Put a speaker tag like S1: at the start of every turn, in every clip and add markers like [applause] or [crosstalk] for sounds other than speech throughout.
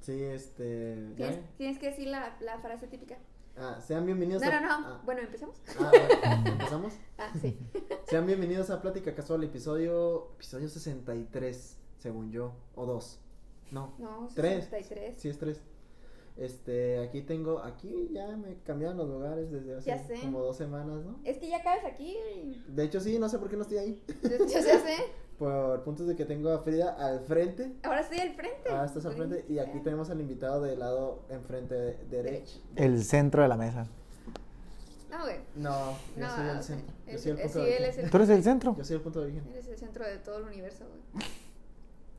S1: Sí, este. ¿ya
S2: Tienes,
S1: ven?
S2: tienes que decir la, la frase típica.
S1: Ah, sean bienvenidos
S2: No,
S1: a.
S2: no, no.
S1: ah,
S2: Bueno, empezamos.
S1: ah, ah, ¿Empezamos? [laughs]
S2: Ah, sí.
S1: Sean bienvenidos a Plática Casual, episodio. Episodio 63, según yo. O 2. No,
S2: No,
S1: Tres.
S2: 63.
S1: sí es 3. Este, aquí tengo. Aquí ya me cambiaron los lugares desde hace
S2: Ya sé.
S1: como dos semanas, ¿no?
S2: Es que ya cabes aquí. y-
S1: De hecho, sí, no sé por qué no estoy ahí. [laughs]
S2: Yo ya sé.
S1: Por puntos de que tengo a Frida al frente.
S2: Ahora estoy al frente.
S1: Ah, estás al frente. Y aquí
S2: Ah.
S1: tenemos al invitado del lado enfrente de- derecho.
S3: El centro de la mesa.
S2: No, güey.
S1: No, yo
S2: No,
S1: soy
S2: o sea,
S1: el centro. Yo
S2: él-
S1: soy el
S2: él-
S1: punto
S2: sí,
S1: de
S2: él es
S1: origen.
S2: el-
S3: ¿Tú eres el centro?
S1: Yo soy el punto de origen.
S2: Eres el centro de todo el universo, güey.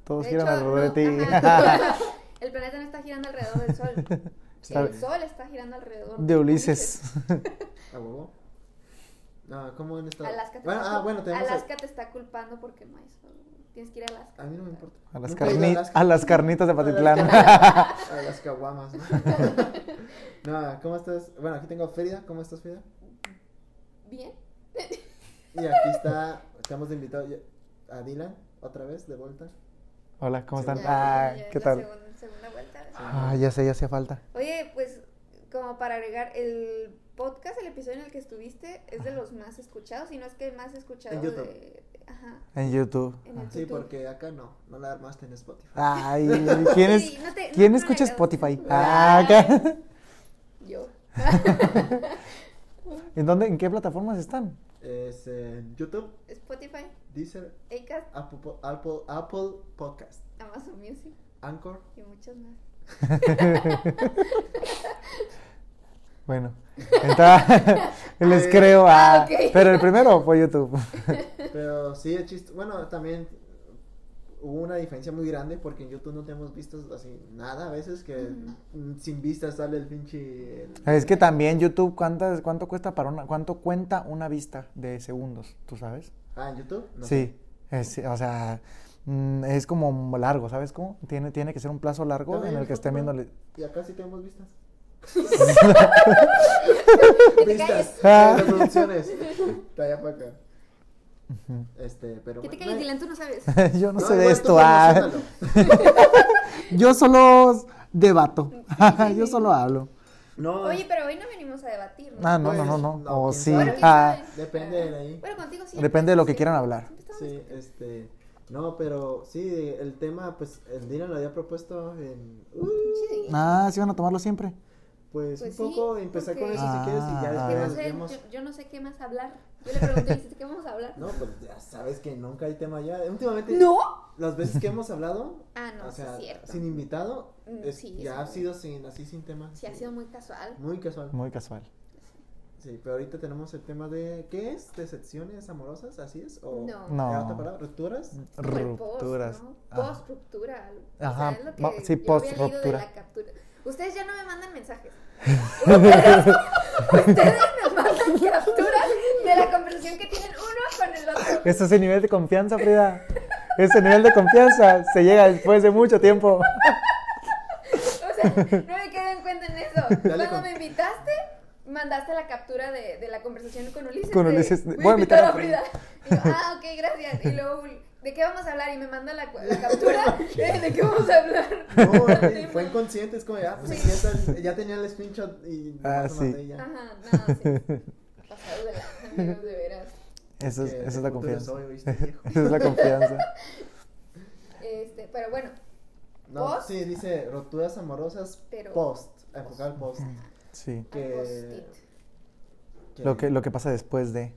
S3: Todos
S2: De
S3: giran
S2: hecho,
S3: alrededor de
S2: no,
S1: [laughs]
S3: ti.
S2: ajá. el planeta no está girando alrededor del sol.
S3: [laughs] Está
S2: el
S3: bien.
S2: sol está girando alrededor
S3: De Ulises.
S1: A huevo. No, ¿cómo han estado?
S2: Alaska te,
S1: bueno,
S2: está,
S1: ah,
S2: cul-
S1: bueno, tenemos.
S2: Alaska te está culpando porque no hay sol. güey. Tienes que ir a Alaska.
S1: A... a mí no me importa.
S3: A las,
S1: Nunca he ido
S3: carni-
S1: Alaska.
S3: a las carnitas de Patitlán.
S1: A las caguamas,
S2: [laughs]
S1: ¿no? no, ¿cómo estás? Bueno, aquí tengo a Frida. ¿Cómo estás, Frida?
S2: Bien.
S1: Y aquí está. Estamos de invitado ya- a Dylan, otra vez, de vuelta.
S3: [laughs] Hola, ¿cómo están?
S1: Ya,
S3: Ah,
S2: ya,
S3: ¿qué
S2: la
S3: tal?
S2: segun- segunda vuelta.
S3: Ah, ya sé, ya hacía falta.
S2: Oye, pues como para agregar, el podcast, el episodio en el que estuviste, es de los más escuchados, y no es que el más escuchado
S1: En YouTube.
S2: de... Ajá,
S3: En YouTube.
S2: en el
S1: Sí,
S2: YouTube.
S1: porque acá no. No la armaste en Spotify.
S3: Ay, ¿quién, es-
S2: Sí, no te-
S3: ¿quién
S2: no, no
S3: escucha
S2: le-
S3: Spotify? Ah,
S2: Ay,
S3: acá.
S2: [laughs]
S3: [laughs]
S2: Yo.
S3: ¿En dónde, en qué plataformas están?
S1: Es en YouTube,
S2: Spotify,
S1: Deezer,
S2: Acast,
S1: Apple, Po- Apple, Apple Podcast,
S2: Amazon Music
S1: Anchor.
S2: y muchas más.
S3: Bueno, entonces les creo a...
S2: Ah, ok.
S3: Pero el primero fue YouTube. [laughs]
S1: Pero sí, el chiste. Bueno, también hubo una diferencia muy grande porque en YouTube no tenemos vistas así nada. A veces que mm, sin vistas sale el pinche. el-
S3: Es que también YouTube, ¿cuántas, ¿cuánto cuesta para una, cuánto cuenta una vista de segundos? ¿Tú sabes?
S1: Ah, en YouTube. No sé.
S3: Sí, es- o sea, mm, es como largo, ¿sabes cómo? Tiene, tiene que ser un plazo largo
S1: También
S3: en el que estén
S1: nosotros,
S3: viéndole.
S1: Y acá sí tenemos
S2: [laughs]
S1: vistas.
S2: Que te calles.
S1: vistas.
S3: Ah.
S1: Reproducciones. Está allá para acá.
S3: Ujú.
S1: Este, pero.
S2: Que te
S1: bueno, eh,
S2: calles, Dylan, tú no
S3: [laughs]
S2: sabes.
S3: Yo no, sé
S1: igual
S3: de
S1: tú
S3: esto, ah.
S1: promocionalo.
S3: [laughs] Yo solo debato,
S2: sí,
S3: [laughs] yo
S2: sí.
S3: solo hablo.
S1: No,
S2: [laughs] Oye, pero hoy no venimos a debatir, ¿no?
S3: Ah, no,
S1: Pues,
S3: no, no, no,
S1: no,
S3: o
S1: quién
S3: sí,
S1: sabe.
S2: Bueno, ¿quién
S3: ah,
S2: sabe?
S1: depende de ahí.
S2: Bueno, contigo siempre,
S3: Depende de lo que
S2: sí.
S3: quieran hablar.
S2: Siempre estamos
S1: Sí, este. No, pero sí, el tema, pues, el Dylan lo había propuesto en. uh,
S2: Sí.
S3: ah, sí van a tomarlo siempre.
S1: Pues,
S2: Pues sí,
S1: un poco empezar
S2: porque-
S1: con eso si quieres y ya
S3: Ah.
S2: Que
S1: después
S2: no
S1: nos
S2: sé,
S1: vemos.
S2: yo, yo no sé qué más hablar. Yo le pregunté, ¿de qué vamos a
S3: [laughs]
S2: hablar?
S1: No, pues ya sabes que nunca hay tema ya. Últimamente,
S2: ¿No?
S1: las veces que hemos hablado,
S2: Ah, no,
S1: o
S2: sí
S1: sea,
S2: es cierto.
S1: sin invitado,
S2: Mm,
S1: es-
S2: sí,
S1: ya
S2: sí.
S1: ha sido sin, así sin tema.
S2: Sí, ha sido muy casual.
S1: Muy casual.
S3: Muy casual.
S1: Sí, pero ahorita tenemos el tema de. ¿Qué es? ¿Decepciones amorosas? ¿Así es? ¿O
S2: No.
S3: No. Mm.
S1: ¿Era otra palabra? ¿Rupturas?
S2: Como el
S3: Rupturas.
S2: Post, ¿no?
S3: Ajá.
S2: Post-ruptura. algo.
S3: Ajá,
S2: O sea, es lo que
S3: va-
S2: yo
S3: sí,
S2: había leído de
S3: post-ruptura.
S2: la captura. Ustedes ya no me mandan
S3: [laughs]
S2: mensajes. Ustedes, [laughs] ustedes me mandan capturas de la conversación que tienen uno con el otro.
S3: Ese es el nivel de confianza, Frida. Ese nivel de confianza se llega después de mucho tiempo. [laughs]
S2: O sea, no me quedé en cuenta en
S3: [laughs]
S2: eso. Cuando
S1: con-
S2: me invitaste, mandaste la captura de, de la conversación con Ulises.
S3: Con
S2: de,
S3: Ulises, de-
S2: Voy,
S3: voy
S2: a invitar a Frida.
S3: Frida".
S2: Y yo, ah, ok, gracias. Y luego, Ul, ¿de qué vamos a hablar? Y me manda la, cu-
S3: [laughs]
S2: la captura de, de qué vamos a hablar. [laughs]
S1: No,
S2: Sí,
S1: eh, fue inconsciente, es como ya, pues,
S2: Sí.
S1: ya, está- ya tenía el screenshot y
S3: Ah,
S1: nomás lo mandé
S3: sí.
S1: y ya.
S2: Ajá, no, sí. Pasado de la, [laughs] amigos, de veras.
S3: Eso es,
S1: Que
S3: esa es
S1: de
S3: la
S1: cultura
S3: confianza.
S1: soy, ¿oíste, viejo?
S3: [laughs] Esa es la confianza.
S2: Este, pero bueno,
S1: No,
S2: Post.
S1: sí, dice roturas amorosas
S2: Pero-
S1: post, enfocado al post.
S3: Sí.
S2: al
S1: Que-
S2: post-it.
S3: Mm. Lo que, lo que pasa después de.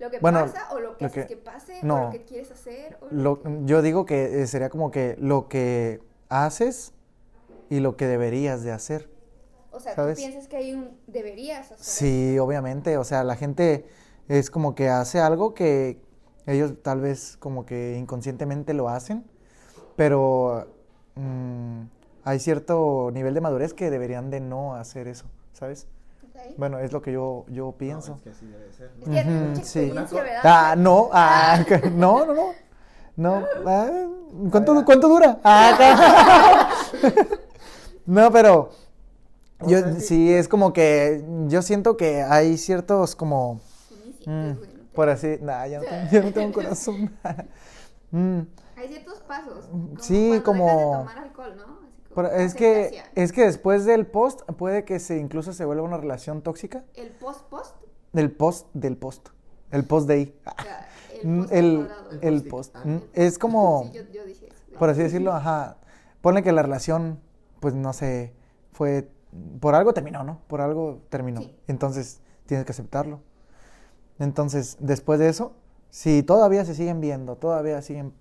S2: Lo que
S3: Bueno,
S2: pasa o lo que
S3: lo
S2: haces
S3: que-
S2: que pase o
S3: no.
S2: lo que quieres hacer. O
S3: Lo-
S2: que-
S3: yo digo que eh, sería como que lo que haces y lo que deberías de hacer.
S2: o sea,
S3: ¿sabes?
S2: tú piensas que hay un deberías hacer.
S3: Sí, obviamente, o sea, la gente es como que hace algo que ellos tal vez como que inconscientemente lo hacen, pero mm, hay cierto nivel de madurez que deberían de no hacer eso, ¿sabes?
S2: Ok.
S3: Bueno, es lo que yo, yo pienso.
S1: No, es que así debe ser. ¿no?
S2: Es que ya tiene
S3: Ujú,
S2: mucha
S3: sí.
S2: experiencia, ¿verdad?
S3: Ah, no, ah, [laughs] no, no, no. No, ah, ¿cuánto,
S1: Vaya.
S3: cuánto dura? Ah, [laughs] acá. no, pero yo
S1: O sea, sí.
S3: sí es como que yo siento que hay ciertos como
S2: Sí, sí,
S3: mm,
S2: güey, no te-
S3: por así, nah, ya no tengo, ya no tengo corazón. [laughs] Mm,
S2: Hay ciertos pasos. cuando
S3: Sí,
S2: dejas de
S3: Mm, como-
S2: tomar alcohol, ¿no? Así como
S3: Pero es que,
S2: Aceptación.
S3: es que después del post puede que se incluso se vuelva una relación tóxica.
S2: El post-post.
S3: Del post, del post. El post day.
S2: o sea,
S3: Mm,
S2: El,
S3: El,
S2: post-cuadrado.
S3: el
S1: post-it.
S3: post.
S1: Ah.
S3: mm, Es como,
S2: [laughs] Sí, yo, yo dije eso.
S3: por así decirlo, ajá. Pone que la relación, pues no sé, fue, por algo terminó, ¿no? Por algo terminó.
S2: Sí.
S3: Entonces, tienes que aceptarlo. Entonces, después de eso, si todavía se siguen viendo, todavía siguen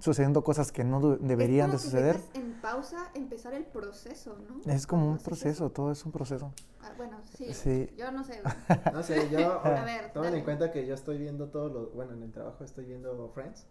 S3: sucediendo cosas que no du- deberían de
S2: Es como que
S3: suceder,
S2: dejas en pausa empezar el proceso, ¿no?
S3: es como un
S2: Así se-
S3: proceso, todo es un proceso.
S2: Ah, bueno, sí.
S3: Sí.
S2: Yo no
S3: [laughs]
S2: sé. güey.
S1: No sé, yo.
S2: [laughs] A ver,
S1: tomen
S2: dale.
S1: en cuenta que yo estoy viendo todos los. Bueno, en el trabajo estoy viendo Friends.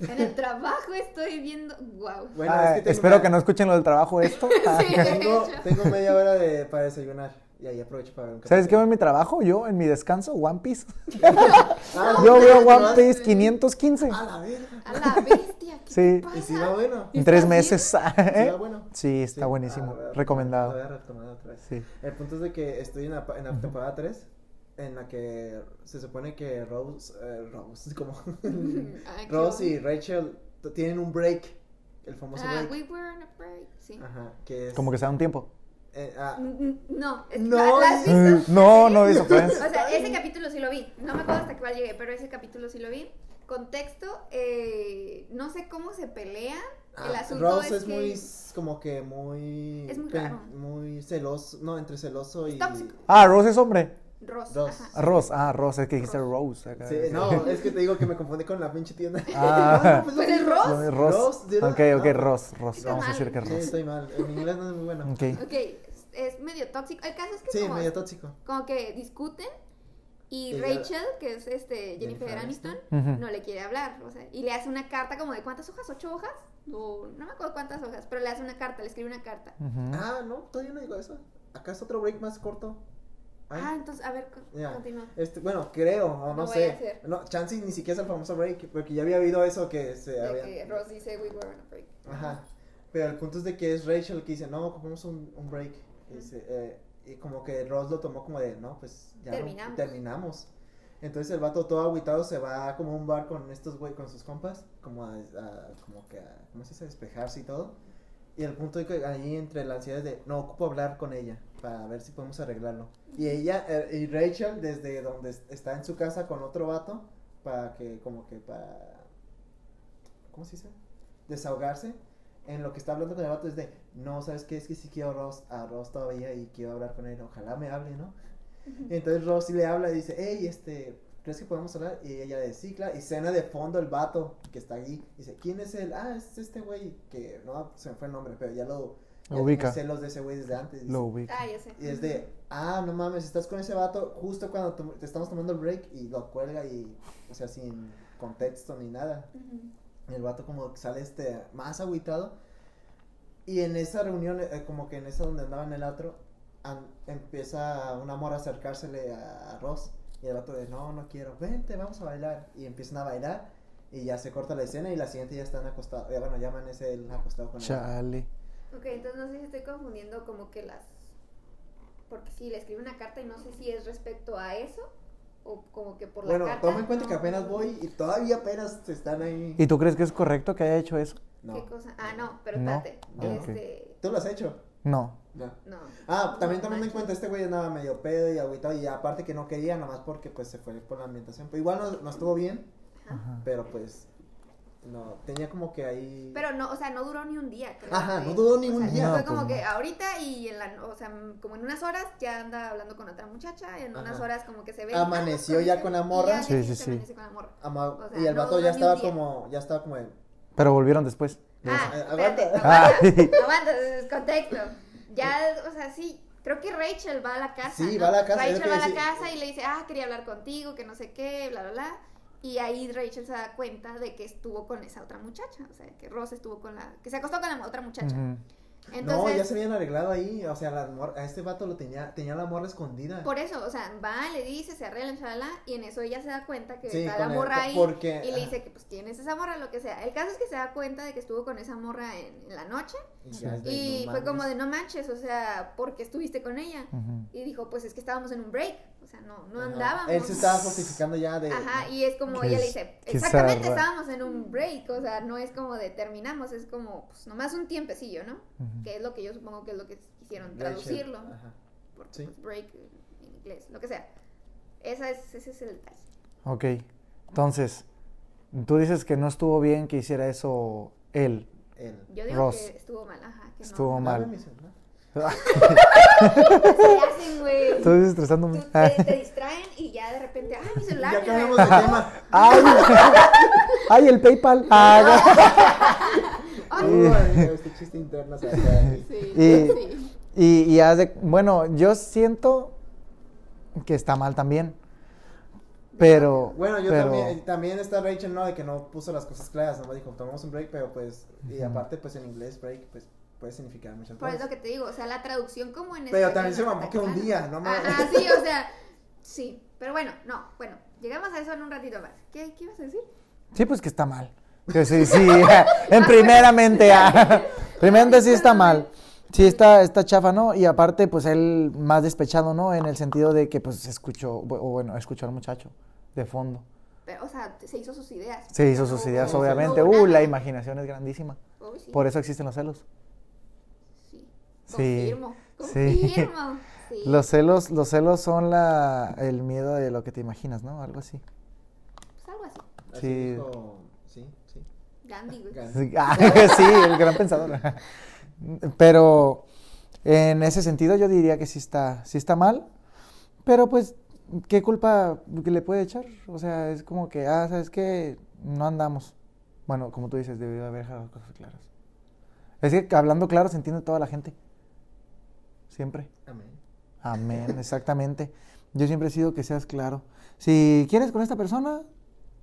S2: En el trabajo estoy viendo. ¡Wow!
S1: Bueno,
S3: Ah,
S1: es que tengo
S3: espero
S1: una-
S3: que no escuchen lo del trabajo esto. Ah.
S2: [laughs]
S3: [laughs]
S1: [laughs]
S2: Sí.
S1: Tengo,
S2: Ya.
S1: tengo media hora de, para desayunar. Y ahí aprovecho para ver un
S3: ¿Sabes qué veo
S1: capítulo.
S3: en mi trabajo? Yo, en mi descanso, One Piece.
S1: Ah,
S3: Yo
S1: ¿sí?
S3: veo
S1: ¿Te vas?
S3: One Piece 515.
S2: Ah,
S1: A la verga.
S2: A la bestia. ¿qué
S3: Sí.
S2: pasa?
S1: Y si va bueno.
S3: En tres
S2: ¿Estás
S3: meses.
S1: Si
S3: [laughs] ¿eh?
S1: va bueno.
S3: Sí, está
S1: Sí.
S3: buenísimo.
S1: Ah, lo voy a- Lo voy
S3: Recomendado.
S1: a retomar otra vez.
S3: Sí.
S1: El punto es de que estoy en la, pa- en la temporada 3, en la que se supone que Rose, eh, Rose, [laughs] como
S2: [laughs] Ah, qué
S1: Rose y
S2: bueno.
S1: Rachel t- tienen un break, el famoso
S2: Ah,
S1: break.
S2: we were on a break. Sí.
S1: Ajá, que es...
S3: Como que se da un tiempo.
S1: eh, ah,
S2: N- No, es-
S1: No,
S2: ¿la- la has
S1: sí.
S2: visto?
S3: Mm, No, no
S2: Sí.
S3: hizo Friends.
S2: O sea, ese capítulo sí lo vi. No me acuerdo hasta cuál llegué, pero ese capítulo sí lo vi. Contexto, eh, no sé cómo se pelean. El
S1: ah,
S2: asunto
S1: Rose
S2: es,
S1: es,
S2: que
S1: muy, s- como que muy...
S2: Es muy
S1: pen-
S2: raro.
S1: muy celoso, no, entre celoso y...
S2: Tóxico.
S3: Ah, Rose es hombre.
S2: Ross.
S1: Ross.
S2: ajá.
S3: Ross. Ah, Rose. Es que dijiste [laughs] Rose. acá.
S1: Sí, no, es que te digo que me confundí con la pinche tienda. [laughs]
S3: Ah.
S1: pues
S2: Pues es Ross.
S3: Lo de Ross.
S1: de
S3: Ok,
S1: Ross,
S3: ok,
S1: ¿no?
S3: Ross. Ross.
S2: Está
S3: Vamos a
S2: mal.
S3: decir que es
S1: Sí,
S3: Ross.
S1: estoy mal. En inglés no es muy bueno.
S3: Ok.
S2: Ok, es- es medio tóxico. El caso es que
S1: Sí,
S2: como,
S1: medio tóxico.
S2: como que discuten y
S1: Ella-
S2: Rachel, que es este Jennifer,
S1: Jennifer
S2: Aniston,
S3: Ujú.
S2: no le quiere hablar. O sea, y le hace una carta como de cuántas hojas, ocho hojas. O no me acuerdo cuántas hojas, pero le hace una carta, le escribe una carta.
S3: Ujú.
S1: Ah, no, todavía no digo eso. Acá es otro break más corto. Ay,
S2: Ah, entonces, a ver, co-
S1: ya.
S2: continúa.
S1: Este, bueno, creo, o no,
S2: Lo voy a
S1: sé.
S2: hacer.
S1: No, chance ni siquiera es el famoso break, porque ya había habido eso que se
S2: De
S1: había.
S2: que Ross dice, we were on a break.
S1: Ajá. Pero el punto es de que es Rachel que dice, no, ocupamos un, un break. Y, dice, eh, y como que Ross lo tomó como de, no, pues ya no-
S2: Terminamos.
S1: terminamos. Entonces el vato todo agüitado se va como a un bar con estos güey, con sus compas, como a, a- como que a, ¿cómo se dice? A despejarse y todo. Y el punto es que ahí entre la ansiedad es de, no, ocupo hablar con ella para ver si podemos arreglarlo. Y ella, eh, y Rachel desde donde es- está en su casa con otro vato, para que, como que para, ¿cómo se dice? Desahogarse. En lo que está hablando con el vato es de, no, ¿sabes qué? Es que sí quiero a Ross, a Ross todavía y quiero hablar con él, ojalá me hable, ¿no? Y entonces Ross sí le habla y dice, hey, este, ¿crees que podemos hablar? Y ella le cicla y cena de fondo el vato que está allí. Dice, ¿quién es él? Ah, es este güey que, no, se me fue el nombre, pero ya lo...
S3: Lo
S1: ya
S3: ubica.
S1: tenía celos de ese güey desde antes. dice.
S3: Lo ubico.
S2: Ah, ya sé.
S1: Y es de, ah, no mames, estás con ese vato justo cuando tom- te estamos tomando el break y lo cuelga y, o sea, sin contexto ni nada.
S2: Ujú.
S1: Y el vato como que sale este más agüitado. Y en esa reunión, eh, como que en esa donde andaban el otro, an- empieza una morra a acercársele a, a Ross. Y el vato de, no, no quiero, vente, vamos a bailar. Y empiezan a bailar. Y ya se corta la escena y la siguiente ya están acostados. eh, bueno, ya amanece él acostado con ella.
S3: Chale.
S2: Ok, entonces no sé si estoy confundiendo como que las... Porque sí, le escribí una carta y no sé si es respecto a eso o como que por
S1: Bueno,
S2: la carta...
S1: toma en cuenta
S2: no-
S1: que apenas voy y todavía apenas están ahí.
S3: ¿Y tú crees que es correcto que haya hecho eso?
S1: No.
S2: ¿Qué cosa? Ah, no, pero
S3: No.
S2: espérate.
S1: Ah,
S3: ok.
S2: Este...
S1: ¿Tú lo has hecho?
S3: No.
S1: No.
S2: No.
S1: Ah, también
S2: No,
S1: tomando en
S2: manches.
S1: cuenta, este güey andaba medio pedo y agüitado y aparte que no quería, nomás porque pues se fue por la ambientación. Pero igual no, no estuvo bien,
S2: Ajá.
S3: Ajá.
S1: pero pues no, tenía como que ahí...
S2: Pero no, o sea, no duró ni un día. creo
S1: Ajá,
S2: que-
S1: no duró ni
S2: o
S1: un
S2: sea,
S1: día.
S2: Fue
S3: No,
S2: como
S3: pues
S2: que
S3: no.
S2: ahorita y en la, o sea, como en unas horas ya anda hablando con otra muchacha, en unas
S1: Ajá.
S2: horas como que se ve.
S1: Amaneció
S2: ah, pues,
S1: ya
S2: sí,
S1: con la
S2: y ya
S1: morra.
S2: al
S3: Sí,
S2: día
S3: sí,
S2: siguiente
S3: sí.
S2: amaneció con la morra.
S1: Ama-
S2: o sea,
S1: y el
S2: no
S1: vato
S2: duró
S1: ya
S2: ni un
S1: estaba
S2: día.
S1: como, ya estaba como... el-
S3: Pero volvieron después.
S2: Ah,
S1: Eh,
S2: espérate,
S1: aguanta.
S2: aguanta, [laughs]
S3: Ah.
S2: aguanta, es contexto. Ya, o sea, sí, creo que Rachel va a la casa.
S1: Sí,
S2: ¿no?
S1: va a la casa, es lo
S2: Rachel
S1: que
S2: va a la
S1: decía.
S2: casa y le dice, ah, quería hablar contigo, que no sé qué, bla, bla, bla. Y ahí Rachel se da cuenta de que estuvo con esa otra muchacha, o sea, que Ross estuvo con la, que se acostó con la otra muchacha.
S3: Ujú.
S1: no,
S2: Entonces,
S1: ya se habían arreglado ahí. O sea, la mor- a este vato lo tenía, tenía la morra escondida.
S2: por eso, o sea, va, le dice, se arreglan, shalala, y en eso ella se da cuenta que
S1: Sí,
S2: está la
S1: con el-
S2: morra ahí.
S1: porque- ah,
S2: Y le
S1: ajá.
S2: dice que pues tienes esa morra, lo que sea. El caso es que se da cuenta de que estuvo con esa morra en, en la noche.
S1: Y, ya es de,
S2: Y
S1: no
S2: fue como
S1: mames.
S2: de no manches, o sea, ¿por qué estuviste con ella?
S3: Ujú.
S2: Y dijo, pues es que estábamos en un break, o sea, no, no
S1: Ajá.
S2: andábamos.
S1: Él se estaba justificando ya de.
S2: Ajá, y es como
S3: Qué
S2: ella le
S3: es-
S2: dice,
S3: qué
S2: exactamente
S3: zarra.
S2: estábamos en un break, o sea, no es como de terminamos, es como pues nomás un tiempecillo, ¿no?
S3: Ujú.
S2: Que es lo que yo supongo que es lo que quisieron
S1: Break shit.
S2: traducirlo,
S1: Ajá.
S2: porque
S1: sí.
S2: pues, break en inglés, lo que sea. Esa es, ese es el detalle.
S3: Ok, entonces, tú dices que no estuvo bien que hiciera eso él. [laughs]
S1: Él.
S2: Yo digo
S3: Ross.
S2: que estuvo mal, ajá, que
S3: Estuvo
S2: no.
S3: mal.
S1: Dame mi celular.
S2: ¿Qué se hacen, güey?
S3: Estoy estresándome.
S2: Tú te, te distraen y ya de repente, ay, mi
S1: [laughs]
S2: celular.
S1: Ya
S2: me
S1: cambiamos de
S2: [laughs] aventó".
S1: tema.
S3: ¡Ay! [laughs] ¡Ay, el PayPal! Ah,
S2: Ay,
S3: Mm.
S1: Uy, este chiste interno se hace
S3: [laughs]
S1: ahí.
S2: sí,
S3: Y-
S2: sí.
S3: Y, y haz de- bueno, yo siento que está mal también. Pero.
S1: Bueno, yo
S3: pero-
S1: también, también está Rachel, ¿no? De que no puso las cosas claras, nomás dijo, tomamos un break, pero pues, y
S3: Ujú.
S1: aparte, pues en inglés break, pues puede significar muchas
S2: Por eso
S1: cosas.
S2: Pues, que te digo, o sea, la traducción como en
S1: Pero
S2: español
S1: también se
S2: no
S1: mamó
S2: está
S1: que un
S2: clara.
S1: día, no mames.
S2: Ajá, sí, o sea, sí. Pero bueno, no, bueno, llegamos a eso en un ratito más. ¿Qué, qué ibas a decir?
S3: Sí, pues que está mal. Que sí, sí. [laughs] en primeramente. ah, [laughs] primeramente sí está mal. Sí, está, está chafa, ¿no? Y aparte, pues él más despechado, ¿no? En el sentido de que, pues, escuchó, o bueno, escuchó al muchacho de fondo.
S2: Pero, o sea, se hizo sus ideas.
S3: Se hizo sus ideas,
S1: no,
S3: obviamente.
S1: no,
S3: Uh, la
S2: imagen.
S3: imaginación es grandísima. Por eso existen los celos.
S2: sí.
S3: Sí.
S2: Confirmo,
S3: Sí.
S2: confirmo. Sí.
S3: [laughs] Los celos, los celos son la, el miedo de lo que te imaginas, ¿no? Algo así.
S2: Pues algo así.
S1: Así
S3: sí.
S1: dijo- sí, sí.
S2: Gandhi, güey.
S1: Gandhi.
S3: Sí, [laughs] ah, sí, el gran pensador. Pero en ese sentido yo diría que sí está, sí está mal, pero pues, ¿qué culpa que le puede echar? O sea, es como que, ah, ¿sabes qué? No andamos. Bueno, como tú dices, debería haber dejado las cosas claras. Es que hablando claro se entiende toda la gente. Siempre.
S1: Amén.
S3: Amén, exactamente. Yo siempre he sido que seas claro. Si quieres con esta persona,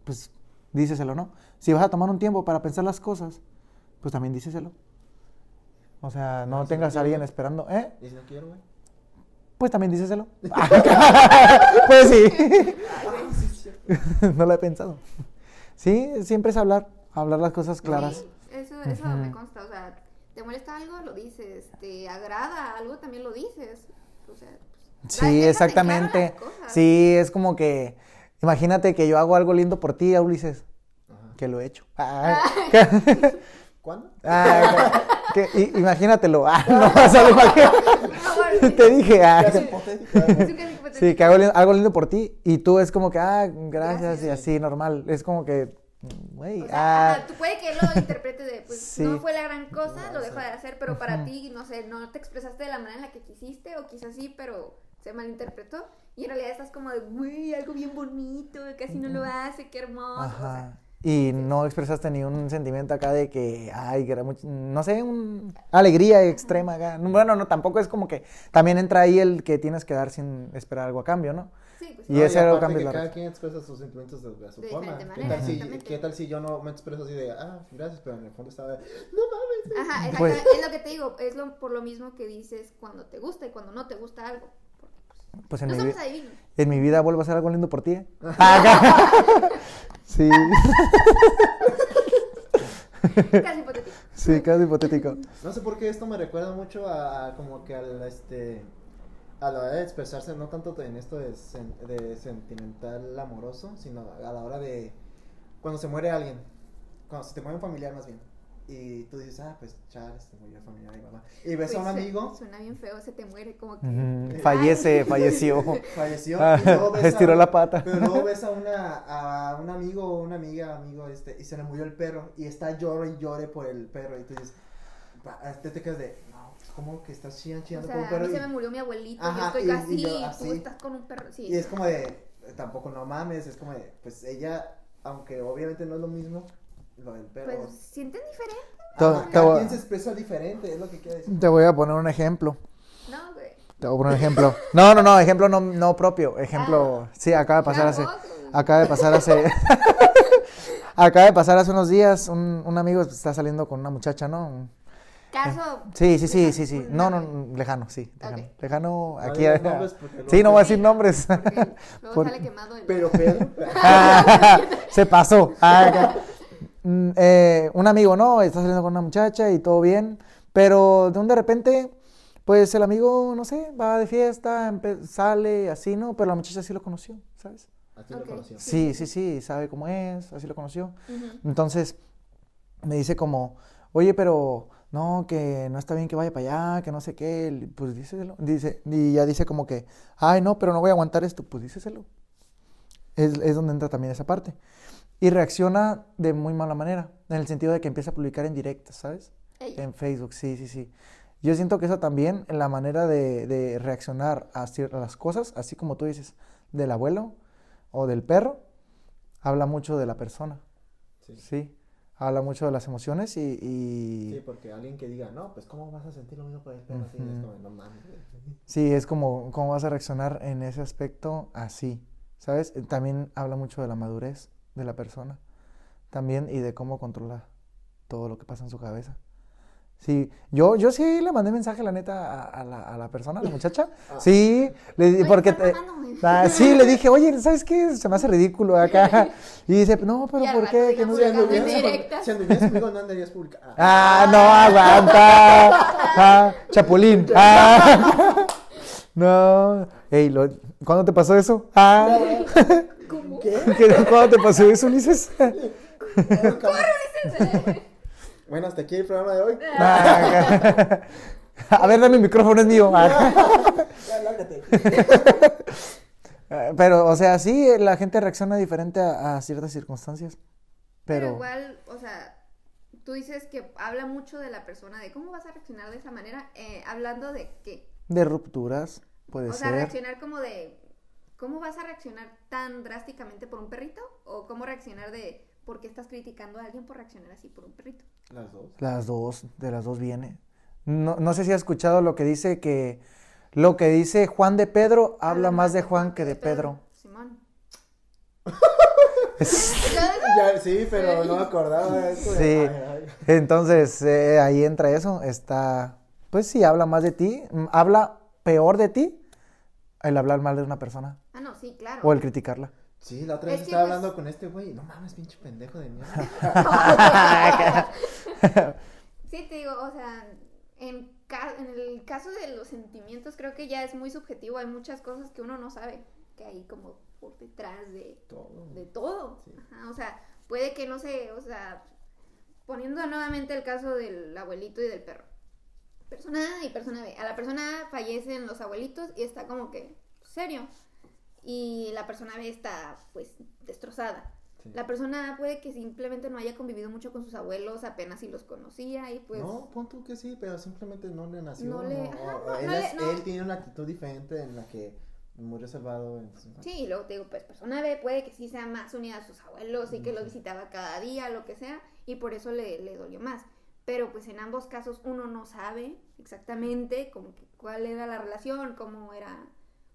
S3: pues díceselo, ¿no? Si vas a tomar un tiempo para pensar las cosas, pues también díceselo. O sea, no
S1: Ah, sí,
S3: tengas
S1: entiendo.
S3: a alguien esperando, ¿eh?
S1: Y si no quiero, güey.
S3: Pues también díceselo. [laughs]
S1: [laughs]
S3: pues sí. [laughs]
S1: Ah, sí, sí.
S3: no lo he pensado. Sí, siempre es hablar, hablar las cosas claras.
S2: Sí, eso eso
S3: Ujú.
S2: me consta, o sea, te molesta algo, lo dices, te agrada algo, también lo dices. O sea, pues, da-
S3: Sí,
S2: déjate
S3: exactamente.
S2: claras las cosas.
S3: Sí, es como que, imagínate que yo hago algo lindo por ti, Ulises,
S1: Ajá.
S3: que lo he hecho. Ah. [laughs]
S1: ¿Cuándo?
S3: Ah, que- i- imagínatelo.
S2: [laughs]
S3: Ah, no, solo para que-
S2: Por favor,
S3: [laughs] te dije. ah, [laughs]
S1: Ya es hipotético, ¿eh? ¿verdad?
S2: Sí, pues, que- que-
S3: sí, que hago li- algo lindo por ti. Y tú es como que, ah, gracias,
S2: Gracias.
S3: y así, normal. Es como que, güey,
S2: O sea,
S3: ah,
S2: ajá, tú puede que él lo interprete de, pues
S3: Sí.
S2: no fue la gran cosa,
S1: No,
S2: lo
S1: sí.
S2: dejó de hacer, pero para ti, no sé, no te expresaste de la manera en la que quisiste, o quizás sí, pero se malinterpretó. Y en realidad estás como de, güey, algo bien bonito, casi no lo hace, qué hermoso. o sea,
S3: ajá. Y no expresaste ni un sentimiento acá de que, ay, que era mucho- no sé, un alegría extrema acá. Bueno, no, tampoco es como que también entra ahí el que tienes que dar sin esperar algo a cambio, ¿no?
S2: sí, pues,
S3: Y
S2: sí.
S3: ese era
S1: aparte que
S3: el cambio de la
S1: Cada
S3: ropa.
S1: quien expresa sus sentimientos de, de su
S2: De
S1: forma.
S2: diferente
S1: ¿Qué
S2: manera,
S1: tal, si,
S2: exactamente.
S1: ¿Qué tal si yo no me expreso así de, ah, gracias, pero en el fondo estaba de,
S2: Ajá, exactamente.
S3: Pues-
S2: es lo que te digo, es lo, por lo mismo que dices cuando te gusta y cuando no te gusta algo.
S3: Pues en
S2: No
S3: mi
S2: somos
S3: vida.
S2: adivinos.
S3: [laughs] En mi vida vuelvo a hacer algo lindo por [laughs] ti. ¿eh? Acá. sí, [laughs]
S2: Casi hipotético.
S3: sí, caso hipotético.
S1: No sé por qué esto me recuerda mucho a, a como que al este a la hora de expresarse no tanto en esto de, sen- de sentimental amoroso, sino a la hora de cuando se muere alguien, cuando se te muere un familiar más bien. Y tú dices, ah, pues Charles, se murió el familiar de mi mamá. Y ves a un
S2: Pues, se-
S1: amigo,
S2: Suena bien feo, se te muere como que.
S3: Ujú, Fallece, falleció.
S1: falleció,
S3: [laughs] Ah,
S1: y luego ves a
S3: estiró
S1: un-
S3: la [laughs] pata.
S1: Pero luego ves a, una, a un amigo o una amiga, amigo, este, y se le murió el perro, y está llore y llore por el perro, y tú dices, pa- te, te quedas de, no, pues, ¿cómo que estás chillando,
S2: O
S1: chillando por
S2: sea,
S1: un perro?
S2: a mí
S1: Y-
S2: se me murió mi abuelito,
S1: Ajá,
S2: yo
S1: y-
S2: estoy
S1: y
S2: así,
S1: yo
S2: tú
S1: así.
S2: estás con un perro. Sí,
S1: Y es como de, tampoco no mames, es como de, pues ella, aunque obviamente no es lo mismo, lo del perro.
S2: pues sienten diferente.
S1: Ajá,
S3: Te- te
S1: cada
S3: voy-
S1: quien se expresa diferente, es lo que quiero decir.
S3: Te voy a poner un ejemplo.
S2: No, güey.
S3: Te voy a poner un ejemplo. [laughs] Ah. No, no, no, ejemplo no, no propio. Ejemplo, sí, acaba de pasar hace. Acaba de pasar hace. [laughs] acaba de pasar hace unos días. Un, un amigo está saliendo con una muchacha, ¿no?
S2: Caso.
S3: Sí, sí, sí,
S2: lejano,
S3: sí, sí.
S2: un
S3: No, no,
S2: nombre.
S3: no, lejano, sí. Lejano,
S2: Ok.
S3: lejano
S1: No
S3: [laughs] aquí.
S1: digas nombres porque luego-
S3: sí, no voy a decir nombres.
S2: Porque Luego
S3: Por-
S2: sale quemado el.
S1: Pero Pedro.
S3: [laughs] Se pasó. Ah, ya. Mm, eh, un amigo, ¿no? Está saliendo con una muchacha y todo bien. Pero de un de repente, pues el amigo, no sé, va de fiesta, empe- sale, así, ¿no? Pero la muchacha sí lo conoció, ¿sabes?
S1: Así lo
S2: Ok.
S1: conoció.
S3: Sí, sí, sí, sabe cómo es, así lo conoció.
S2: Ujú.
S3: Entonces me dice como, oye, pero no, que no está bien que vaya para allá, que no sé qué, le- pues díselo. Dice, y ya dice como que, ay, no, pero no voy a aguantar esto, pues díselo. Es, es donde entra también esa parte. Y reacciona de muy mala manera, en el sentido de que empieza a publicar en directas, ¿sabes?
S2: Ey,
S3: En Facebook, sí, sí, sí. Yo siento que eso también, en la manera de, de reaccionar a ciertas cosas, así como tú dices, del abuelo o del perro, habla mucho de la persona.
S1: Sí.
S3: Sí, habla mucho de las emociones y... y-
S1: Sí, porque alguien que diga, no, pues ¿cómo vas a sentir lo mismo por el perro? así?"
S3: Ujú.
S1: Es como, no mames. güey.
S3: sí, es como cómo vas a reaccionar en ese aspecto así, ¿sabes? Eh, También habla mucho de la madurez de la persona, también y de cómo controla todo lo que pasa en su cabeza. Sí, yo, yo sí le mandé mensaje, la neta, a, a la, a la persona, a la muchacha. Sí, le, di-
S2: Oye,
S3: porque...
S2: estás
S3: te-
S2: mamándome.
S3: Ah, sí,
S2: [laughs]
S3: le dije, oye, ¿sabes qué? Se me hace ridículo acá. Y dice, no, pero
S2: Y al
S3: ¿por
S2: rato
S3: qué?
S2: ya
S3: Que no
S1: Si
S2: publica-
S3: sé-
S1: anduvieras
S2: En
S1: con-
S2: directa.
S1: Si anduvieras conmigo, no andarías publicando. Ah,
S3: Ah, no, aguanta. Ah, chapulín. Ah. No. Ey, lo- ¿cuándo te pasó eso? Ah.
S1: [laughs]
S2: ¿Cómo?
S1: ¿Qué? [laughs]
S3: ¿Qué- ¿Cuándo te pasó eso, Ulises?
S1: Bueno, hasta aquí el programa de hoy.
S3: Ah. A ver, dame el micrófono, es mío. Ah.
S1: Ya, lárgate.
S3: Pero, o sea, sí, la gente reacciona diferente a, a ciertas circunstancias.
S2: Pero
S3: Pero,
S2: igual, o sea, tú dices que habla mucho de la persona, de cómo vas a reaccionar de esa manera, eh, hablando de qué.
S3: de rupturas, puede
S2: O sea,
S3: ser.
S2: reaccionar como de. ¿Cómo vas a reaccionar tan drásticamente por un perrito? ¿O cómo reaccionar de. ¿Por qué estás criticando a alguien por reaccionar así por un perrito?
S1: Las dos.
S3: Las dos, de las dos viene. No, no sé si has escuchado lo que dice que lo que dice Juan de Pedro
S2: Ah,
S3: habla más de Juan que de Pedro. [laughs]
S2: Simón.
S3: Es-
S1: Ya, sí, pero no me acordaba de eso. de-
S3: Sí.
S1: ay, ay.
S3: Entonces, eh, ahí entra eso. Está, pues sí, habla más de ti, mm, habla peor de ti el hablar mal de una persona
S2: Ah, no, sí, claro.
S3: o el criticarla. [laughs]
S1: Sí, la otra vez
S2: Es que,
S1: estaba
S2: pues-
S1: hablando con este güey. No mames, pinche pendejo de
S2: [laughs]
S1: mierda.
S2: Sí, te digo, o sea, en, ca- en el caso de los sentimientos creo que ya es muy subjetivo, hay muchas cosas que uno no sabe, que hay como por detrás de,
S1: Todo.
S2: de todo.
S1: Sí.
S2: Ajá, o sea, puede que no sé, o sea, poniendo nuevamente el caso del abuelito y del perro. Persona A y persona B. A la persona A fallecen los abuelitos y está como que serio. Y la persona B está pues destrozada.
S1: Sí.
S2: La persona A puede que simplemente no haya convivido mucho con sus abuelos, apenas si los conocía y pues...
S1: No, pon tú que sí, pero simplemente no le nació.
S2: No le-
S1: no-
S2: ajá,
S1: o-
S2: no,
S1: él,
S2: no le-
S1: es-
S2: no.
S1: él tiene una actitud diferente en la que murió salvado. En su-
S2: Sí, y luego te digo, pues persona B puede que sí sea más unida a sus abuelos
S1: Mm,
S2: y que los visitaba cada día, lo que sea, y por eso le, le dolió más. Pero pues en ambos casos uno no sabe exactamente como que cuál era la relación, cómo era,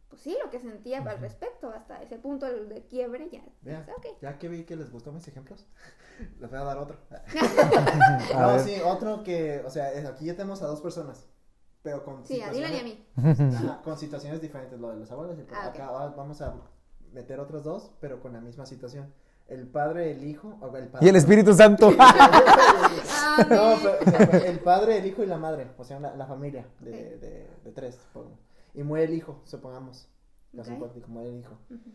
S2: pues sí, lo que sentía al respecto, hasta ese punto el de quiebre ya.
S1: Vea,
S2: dices, "Ok".
S1: ya que vi que les gustó mis ejemplos, [laughs] les voy a dar otro.
S3: A
S1: no,
S3: ver.
S1: sí, otro que, o sea, es- aquí ya tenemos a dos personas, pero con
S2: Sí, a Dylan y
S1: [laughs]
S2: a mí.
S1: Ajá, con situaciones diferentes, lo de los abuelos. y el-
S2: Ah, ok.
S1: Acá va- vamos a meter otros dos, pero con la misma situación. El padre, el hijo, o el padre.
S3: [laughs] Y el Espíritu Santo.
S2: [laughs] Ah,
S1: [laughs] No,
S2: me-
S1: pero, o sea, el padre, el hijo y la madre, o sea, la, la familia de,
S2: Ok.
S1: de- de tres, supongamos. Y muere el hijo, supongamos. No
S2: Ok.
S1: supongamos, muere el hijo.
S2: Ujú.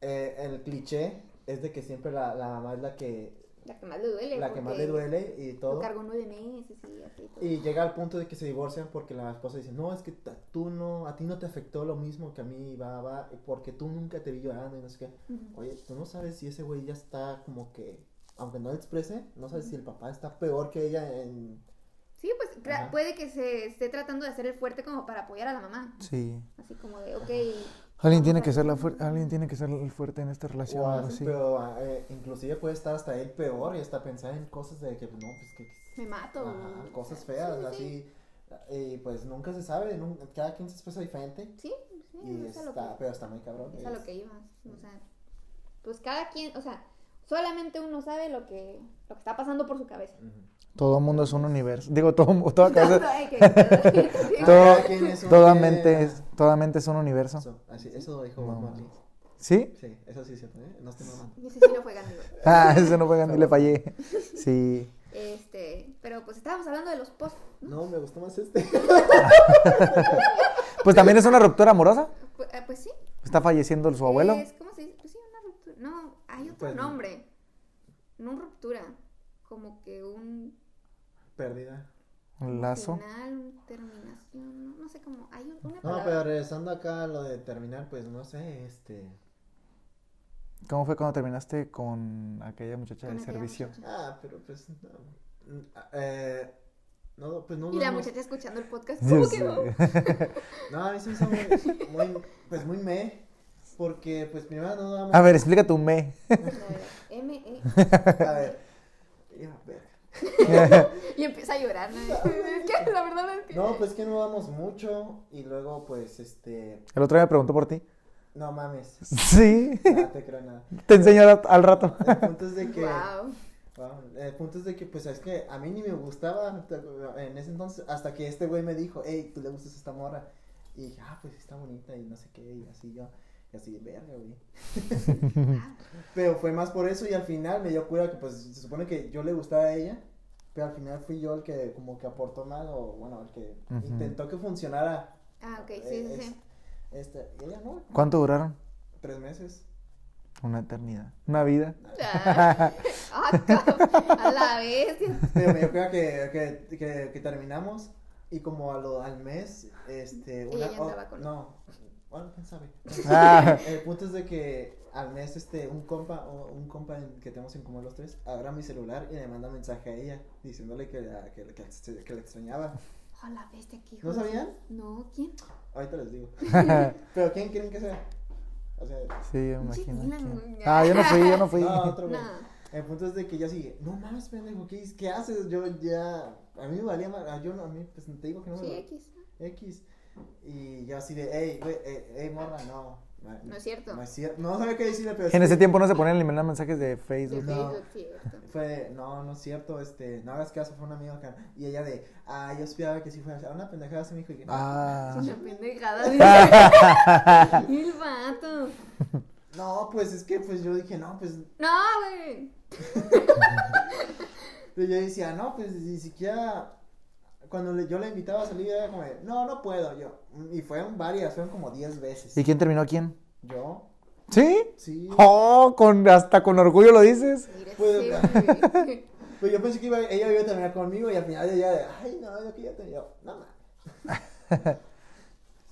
S1: Eh, el cliché es de que siempre la, la mamá es la que,
S2: La que más le duele.
S1: la que más
S2: porque
S1: le duele y
S2: Lo
S1: todo.
S2: cargó nueve meses y así. todo.
S1: Y llega al punto de que se divorcian porque la esposa dice, no, es que t- tú no, a ti no te afectó lo mismo que a mí, va, va, porque tú nunca te vi llorando y no sé qué.
S2: Ujú.
S1: Oye, tú no sabes si ese güey ya está como que, aunque no lo exprese, no sabes si el papá está peor que ella en...
S2: Sí, pues cla-
S1: Ajá.
S2: puede que se esté tratando de hacer el fuerte como para apoyar a la mamá.
S3: Sí.
S2: Así como de, ok.
S3: Alguien tiene que ser la fuer- alguien tiene que ser el fuerte en esta relación
S1: o
S3: o
S1: a-
S3: algo así.
S1: Pero ah, eh, inclusive puede estar hasta él peor y hasta pensar en cosas de que, pues, no, pues que...
S2: Me mato.
S1: ajá, cosas
S2: Sí,
S1: feas,
S2: sí, sí.
S1: así. Y pues nunca se sabe, nun- cada quien se expresa diferente.
S2: Sí, sí,
S1: Y
S2: es, a lo
S1: está,
S2: que,
S1: pero está muy cabrón.
S2: es a lo que ibas. O sea, pues cada quien, o sea, solamente uno sabe lo que, lo que está pasando por su cabeza.
S1: Ujú.
S3: Todo mundo es un universo. Digo, todo,
S1: [laughs]
S3: toda
S2: Todo,
S3: cabeza,
S2: [laughs] ay, que- que-
S3: todo,
S1: Cada quien es un
S3: toda
S1: universo.
S3: mente es, toda mente es un universo.
S1: Eso, así, eso lo dijo
S3: No,
S1: Bob
S3: mames.
S1: Marley.
S3: ¿Sí?
S1: Sí, eso sí es cierto, ¿eh? No estoy mamando.
S2: [laughs] Ese sí no fue Gandhi.
S3: Ah, eso no fue Gandhi, le fallé. Sí.
S2: Este, pero pues estábamos hablando de los post.
S1: No, me gustó más este. [laughs]
S3: Pues también es una ruptura amorosa.
S2: Pues, eh, pues sí.
S3: Está falleciendo su abuelo.
S2: Es, ¿Cómo se dice? Pues sí, una ruptura. No, hay otro
S1: Pues no.
S2: nombre. No ruptura. Como que un
S1: Pérdida.
S3: Un lazo.
S2: final, un terminación. No, no sé cómo. Hay un- una
S1: No,
S2: palabra.
S1: pero regresando acá a lo de terminar, pues no sé, este.
S3: ¿Cómo fue cuando terminaste con aquella muchacha
S2: Con
S3: de
S2: aquella
S3: servicio?
S2: muchacha.
S1: Ah, pero pues. No, Mm, ah, eh, no pues no.
S2: Y la
S1: no,
S2: muchacha escuchando el podcast.
S3: Yo
S2: ¿Cómo
S3: sé. [laughs]
S2: quedó?
S1: No, a mí se me hizo muy, muy- Pues muy me. Porque, pues primero no damos.
S3: A ver, explica tu me.
S2: M E.
S1: A ver. Ya, verga.
S2: Y empieza a llorar, ¿no? [laughs] Es que la verdad es que.
S1: No, pues que no damos mucho. Y luego, pues, este.
S3: El otro día me preguntó por ti.
S1: No
S3: [laughs]
S1: mames.
S3: Sí.
S1: No te creo nada.
S3: Te enseño al al rato.
S1: El punto es de que.
S2: Wow.
S1: Wow, Ah, El punto es de que, pues, es que a mí ni me gustaba en ese entonces, hasta que este güey me dijo, hey, tú le gustas a esta morra. Y dije, ah, pues está bonita y no sé qué, y así yo, y así, verga, güey. Pero fue más por eso y al final me dio cura que, pues, se supone que yo le gustaba a ella, pero al final fui yo el que como que aportó más o, bueno, el que
S3: Ujú.
S1: intentó que funcionara.
S2: Ah, ok, sí,
S1: eh,
S2: sí,
S1: es-
S2: sí.
S1: Este, y ella no,
S3: ¿Cuánto duraron?
S1: tres meses.
S3: Una eternidad. Una vida.
S2: Ah, ah, cabrón, a la bestia.
S1: Pero me dio cuenta que, que, que, que terminamos y como a lo, al mes, este,
S2: Ella
S1: una,
S2: ya andaba con él.
S1: no, bueno, quién sabe.
S3: Ah.
S1: [laughs] El punto es de que al mes, este, un compa, o un compa en- que tenemos en común los tres, agarra mi celular y le manda mensaje a ella, diciéndole que la, que, la- que la- que la extrañaba.
S2: A la bestia, qué hijo.
S1: ¿No
S2: de-
S1: sabían?
S2: No, ¿quién?
S1: Ahorita les digo.
S3: sí,
S1: Pero ¿quién quieren que sea? O sea,
S3: yo me
S2: Sí,
S3: imagino.
S2: la
S3: que-
S2: niña.
S3: Ah, yo no fui, yo no fui.
S1: no, otro güey.
S2: No.
S1: El punto es de que yo así, no mames, pendejo, ¿qué, ¿qué haces? Yo ya, a mí me valía más, a, yo, no- a mí, pues te digo que no me
S2: Sí,
S1: valía.
S2: X.
S1: X. Y yo así de, hey, güey, eh, hey, morra, no. ma-
S2: No es cierto.
S1: No es cierto. No sabía qué decirle, pero
S3: En
S1: sí,
S3: ese tiempo no se ponían ni mandar mensajes de
S2: De
S3: Facebook.
S1: No.
S2: Facebook, cierto.
S1: Fue de, no, no es cierto, este, no hagas caso, fue un amigo acá. Y ella de, ah, yo esperaba que sí fuera a una pendejada así, me dijo. y que,
S3: Ah.
S2: Es una pendejada. dice. [laughs] El vato.
S1: No, pues es que, pues yo dije, no, pues.
S2: No, güey.
S1: Yo decía, no, pues ni siquiera. Cuando le- yo la invitaba a salir, era como, de, no, no puedo, yo. Y fueron varias, fueron como 10 veces.
S3: ¿Y quién terminó quién?
S1: Yo,
S3: ¿Sí?
S1: sí.
S3: Oh, con, hasta con orgullo lo dices.
S2: Mira, sí,
S1: Pues-
S2: [laughs] güey.
S1: Pero yo pensé que iba, ella iba a terminar conmigo y al final ella de, ay, no, yo que ya terminé. Yo, No, mames.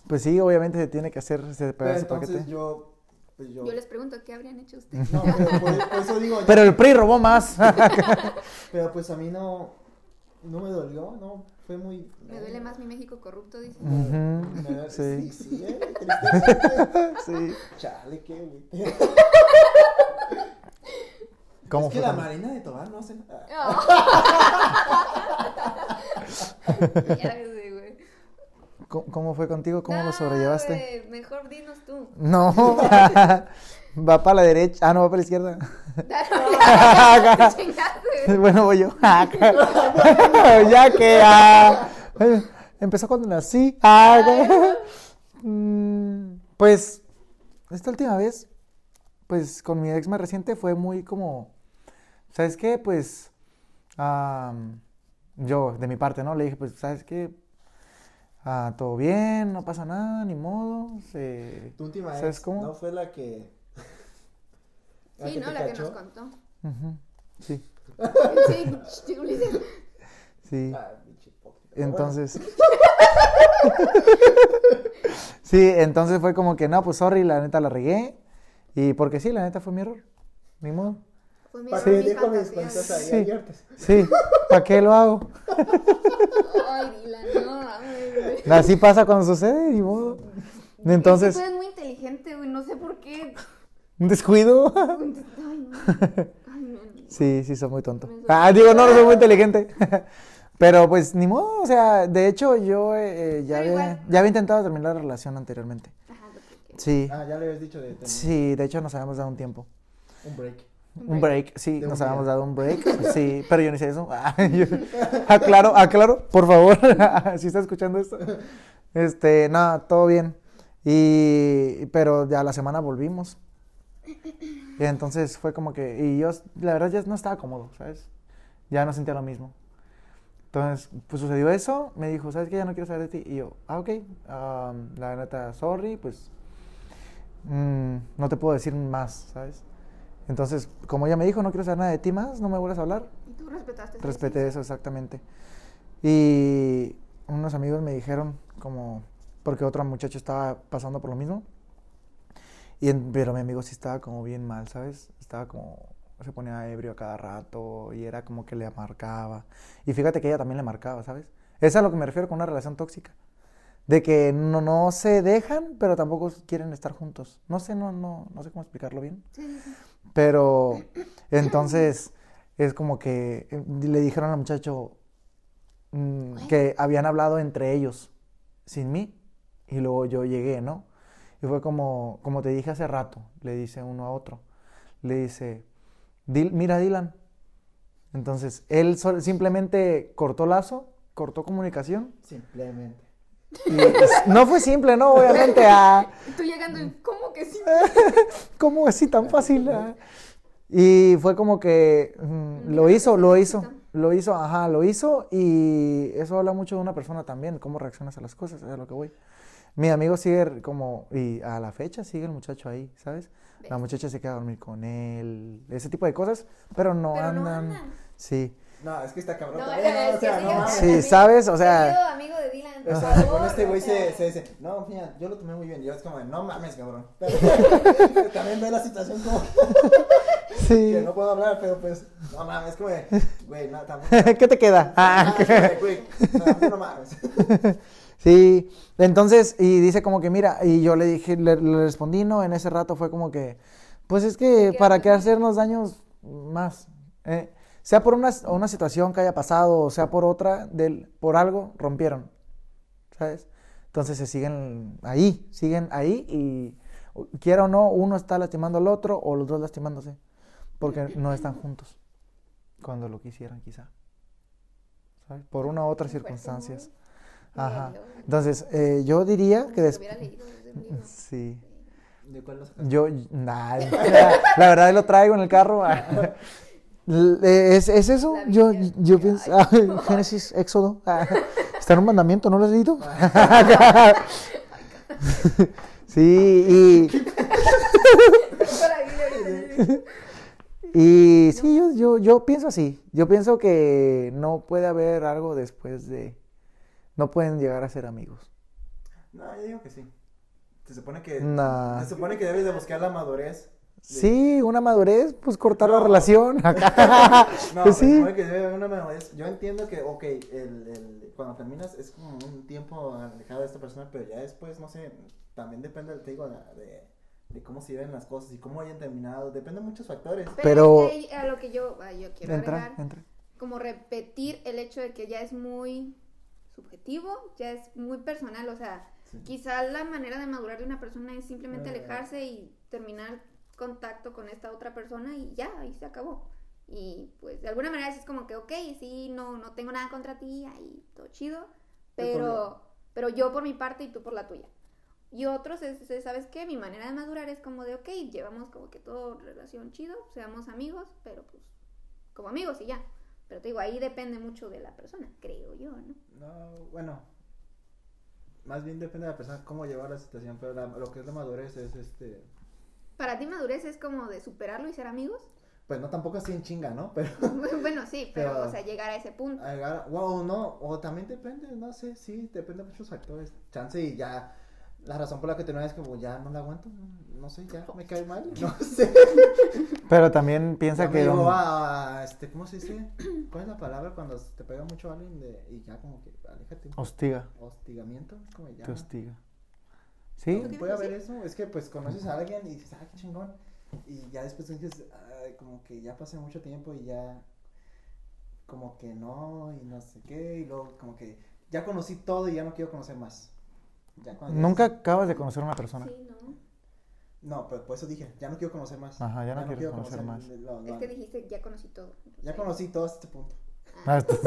S3: Pues sí, obviamente se tiene que hacer, se
S1: Pero
S3: paga ese
S1: entonces
S3: paquete.
S1: yo, pues yo.
S2: Yo les pregunto, ¿qué habrían hecho ustedes?
S1: [laughs] No, pero por, por eso digo,
S3: Pero el PRI robó más.
S1: pero pues a mí no, no me dolió, no, fue muy.
S2: Me duele más mi México corrupto, dice.
S1: Me
S3: Ujú,
S1: duele- sí,
S3: Sí,
S1: sí, eh, tristeza.
S3: [laughs] sí.
S1: Chale, qué güey.
S3: ¿Cómo
S1: es
S3: fue?
S1: que la
S3: también?
S1: Marina de Tobar no hace nada.
S2: [laughs] Ya sé, güey.
S3: ¿Cómo, cómo fue contigo? ¿Cómo
S2: No,
S3: lo sobrellevaste?
S2: güey, Mejor dinos
S1: [laughs]
S2: tú.
S3: No. [laughs] va para la derecha. Ah, no, va para la izquierda.
S1: Ah,
S2: [laughs] Chingaste.
S3: [laughs] bueno, voy yo. Ah, [laughs] ya que. ah, eh, empezó cuando nací. Ah, [laughs] Mm, pues, esta última vez, pues con mi ex más reciente fue muy como. ¿Sabes qué? Pues. am, yo, de mi parte, ¿no? Le dije, pues, ¿sabes qué? Ah, todo bien, no pasa nada, ni modo. se-
S1: Tu última
S3: ¿Sabes
S1: ex,
S3: cómo?
S1: ¿no? Fue la que. la ¿Ah,
S2: Sí,
S1: que
S2: ¿no?
S1: te
S2: La que nos
S1: cachó.
S2: contó.
S1: [laughs]
S3: Ujú, Sí,
S2: Sí, Ulises.
S3: sí.
S1: Ah, pinche hipócrita. Pero
S3: Entonces. [laughs] sí, entonces fue como que no, pues sorry, la neta la regué. Y porque sí, la neta fue mi error. Ni modo.
S2: Pues
S1: bueno,
S2: mira,
S1: Para que
S2: mi
S1: dijo mis
S2: fantasía.
S1: cuentas ahí
S3: Sí.
S1: abiertas.
S3: Sí, ¿para qué lo hago?
S2: Ay, Dylan, no, mames, güey.
S3: Así pasa cuando sucede, ni modo.
S2: Es que
S3: Entonces,
S2: tú eres muy inteligente, güey, no sé por
S1: [laughs]
S2: qué.
S3: un descuido. [laughs]
S2: Ay, no. Ay, no, no.
S3: Sí, sí, soy muy tonto. Ah, digo, no, no soy muy inteligente. [laughs] Pero pues ni modo, o sea, de hecho yo eh, ya,
S2: Pero
S3: había,
S2: igual.
S3: ya había intentado terminar la relación anteriormente.
S2: Ajá, lo que-
S3: Sí,
S1: Ah, ya le habías dicho de tener
S3: sí, de hecho nos habíamos dado un tiempo.
S1: un break.
S3: Un break, sí,
S1: De
S3: nos
S1: un
S3: habíamos
S1: día.
S3: dado
S1: [laughs]
S3: un break, sí, pero yo no hice eso. [laughs] Ah, yo- aclaro, aclaro, por favor, [laughs] si está escuchando esto. Este, nada, todo bien. Y, pero ya la semana volvimos. Y entonces fue como que, y yo, la verdad, ya no estaba cómodo, ¿sabes? Ya no sentía lo mismo. Entonces, pues sucedió eso, me dijo, ¿sabes qué? Ya no quiero saber de ti. Y yo, ah, ok, am, la neta, sorry, pues mm, no te puedo decir más, ¿sabes? Entonces, como ella me dijo, no quiero saber nada de ti más, no me vuelvas a hablar,
S2: Y tú respetaste. esa
S3: respeté eso exactamente. Y unos amigos me dijeron, como, porque otro muchacho estaba pasando por lo mismo, y en- pero mi amigo sí estaba como bien mal, ¿sabes? Estaba como, se ponía ebrio a cada rato y era como que le marcaba. Y fíjate que ella también le marcaba, ¿sabes? Es a lo que me refiero con una relación tóxica. De que no, no se dejan, pero tampoco quieren estar juntos. No sé, no, no, no sé cómo explicarlo bien.
S2: decisión. Sí, sí, sí.
S3: Pero entonces es como que eh, le dijeron al muchacho mm, que habían hablado entre ellos sin mí y luego yo llegué, ¿no? Y fue como, como te dije hace rato, le dice uno a otro, le dice, "Dil- mira Dylan. Entonces él sol- simplemente cortó lazo, cortó comunicación.
S1: Simplemente.
S3: y pues, no fue simple, ¿no? Obviamente. ah,
S2: Y tú llegando y, ¿cómo que sí?
S3: ¿Cómo así tan
S2: [laughs]
S3: fácil? ah? Y fue como que mm, lo hizo, lo hizo, lo hizo, ajá, lo hizo y eso habla mucho de una persona también, cómo reaccionas a las cosas, es a lo que voy. Mi amigo sigue como, y a la fecha sigue el muchacho ahí, ¿sabes? La
S2: Ves.
S3: muchacha se queda a dormir con él, ese tipo de cosas, pero no
S2: Pero no
S3: andan.
S2: andan. Ah,
S3: Sí,
S1: No, es que está cabrón.
S2: No,
S1: también,
S2: es
S1: o sea,
S2: que
S1: no
S2: sí,
S1: mames.
S2: también.
S3: sí, ¿sabes? O sea,
S2: Querido amigo de Dylan.
S1: O
S2: por
S1: sea, según
S2: favor,
S1: este güey
S2: o sea,
S1: se, se dice, no, mira, yo lo tomé muy bien. Y yo es como, de, no mames, cabrón. [laughs] Pero, [laughs] también ve la situación como
S3: sí.
S1: que no puedo hablar, pero pues, no mames, es como, de, güey, no, tampoco.
S3: ¿Qué te queda? [laughs] Ah,
S1: Ah, güey, güey, no, no mames.
S3: Sí, entonces, y dice como que mira, y yo le dije, le, le respondí, no, en ese rato fue como que, pues es que
S2: qué
S3: para
S2: haces?
S3: qué hacernos daños más, eh, sea por una, una situación que haya pasado, o sea por otra, del, por algo, rompieron, ¿sabes? Entonces se siguen ahí, siguen ahí y o- quiera o no, uno está lastimando al otro o los dos lastimándose, porque no están juntos, cuando lo quisieran quizá, ¿sabes? Por una u otra
S2: Qué fuerte,
S3: circunstancias.
S2: ¿no?
S3: Ajá.
S2: Léelo.
S3: Entonces, eh, yo diría que
S2: Lo
S3: des-
S2: hubiera leído desde un
S3: [laughs]
S2: libro. [laughs]
S3: Sí.
S1: [laughs] ¿De cuál lo sacas?
S3: Yo, nah, [laughs] la verdad lo traigo en el carro. Ah. L- eh, ¿Es, es eso?
S2: La
S3: Yo,
S2: Biblia.
S3: yo pienso.
S2: Ay,
S3: ay, Génesis, Éxodo. ah, Está en un mandamiento, ¿no lo
S2: [laughs]
S3: has leído? [laughs] Sí, y,
S2: Para vivir ahorita.
S3: y sí, yo, yo, yo pienso así. Yo pienso que no puede haber algo después de. No pueden llegar a ser amigos.
S1: No, yo digo que sí. Se supone que,
S3: Nah.
S1: se supone que debes de buscar la madurez.
S3: Sí, una madurez, pues cortar la
S1: No.
S3: relación.
S1: No,
S3: Pues
S1: se
S3: sí.
S1: supone que debe haber una madurez. Yo entiendo que, ok, el, el, cuando terminas es como un tiempo alejado de esta persona, pero ya después, no sé, también depende, te digo, la- de, de cómo se ven las cosas y cómo hayan terminado. Depende de muchos factores.
S3: Pero-
S2: es que ahí a lo que yo, ah, yo quiero
S3: Entra,
S2: agregar,
S3: entra.
S2: como repetir el hecho de que ya es muy subjetivo, ya es muy personal, o sea,
S1: Sí.
S2: quizá la manera de madurar de una persona es simplemente
S1: Ah.
S2: alejarse y terminar contacto con esta otra persona y ya, ahí se acabó. Y pues de alguna manera sí es como que, ok, sí, no, no tengo nada contra ti, ahí todo chido, pero, pero yo por mi parte y tú por la tuya. Y otros, es, es, ¿sabes qué? Mi manera de madurar es como de, ok, llevamos como que todo relación chido, seamos amigos, pero pues como amigos y ya. Pero te digo, ahí depende mucho de la persona, creo yo, ¿no?
S1: No, bueno. Más bien depende de la persona cómo llevar la situación, pero la- lo que es la madurez es este.
S2: Para ti madurez es como de superarlo y ser amigos.
S1: Pues no, tampoco así en chinga, ¿no? Pero.
S2: [laughs] bueno, sí, pero,
S1: Pero-
S2: o sea, llegar a ese punto.
S1: Agarra- Wow, no, o también depende, no sé, sí, depende de muchos factores. Chance y ya, la razón por la que te no es como ya no la aguanto, no, no sé, ya me cae mal, no sé.
S3: Pero también piensa
S1: Ya
S3: que
S1: me llevó
S3: don-
S1: a, este, ¿cómo se dice? ¿Cuál es la palabra cuando te pega mucho a alguien de, y ya como que aléjate?
S3: hostiga,
S1: Hostigamiento, es como ya.
S3: te
S1: ¿no?
S3: hostiga. ¿Sí?
S1: También Puede haber eso, es que pues conoces a alguien y dices, ah, qué chingón. Y ya después dices, "Ay, como que ya pasé mucho tiempo y ya, como que no, y no sé qué, y luego como que ya conocí todo y ya no quiero conocer más. Ya cuando dices,
S3: Nunca acabas de conocer a una persona.
S2: Sí, ¿no?
S1: No, pero por eso dije, ya no quiero conocer más.
S3: Ajá, ya no quieres conocer más.
S1: lo- lo-
S2: Es que dijiste, ya conocí todo.
S1: Ya conocí todo hasta este punto.
S3: Ah, estás,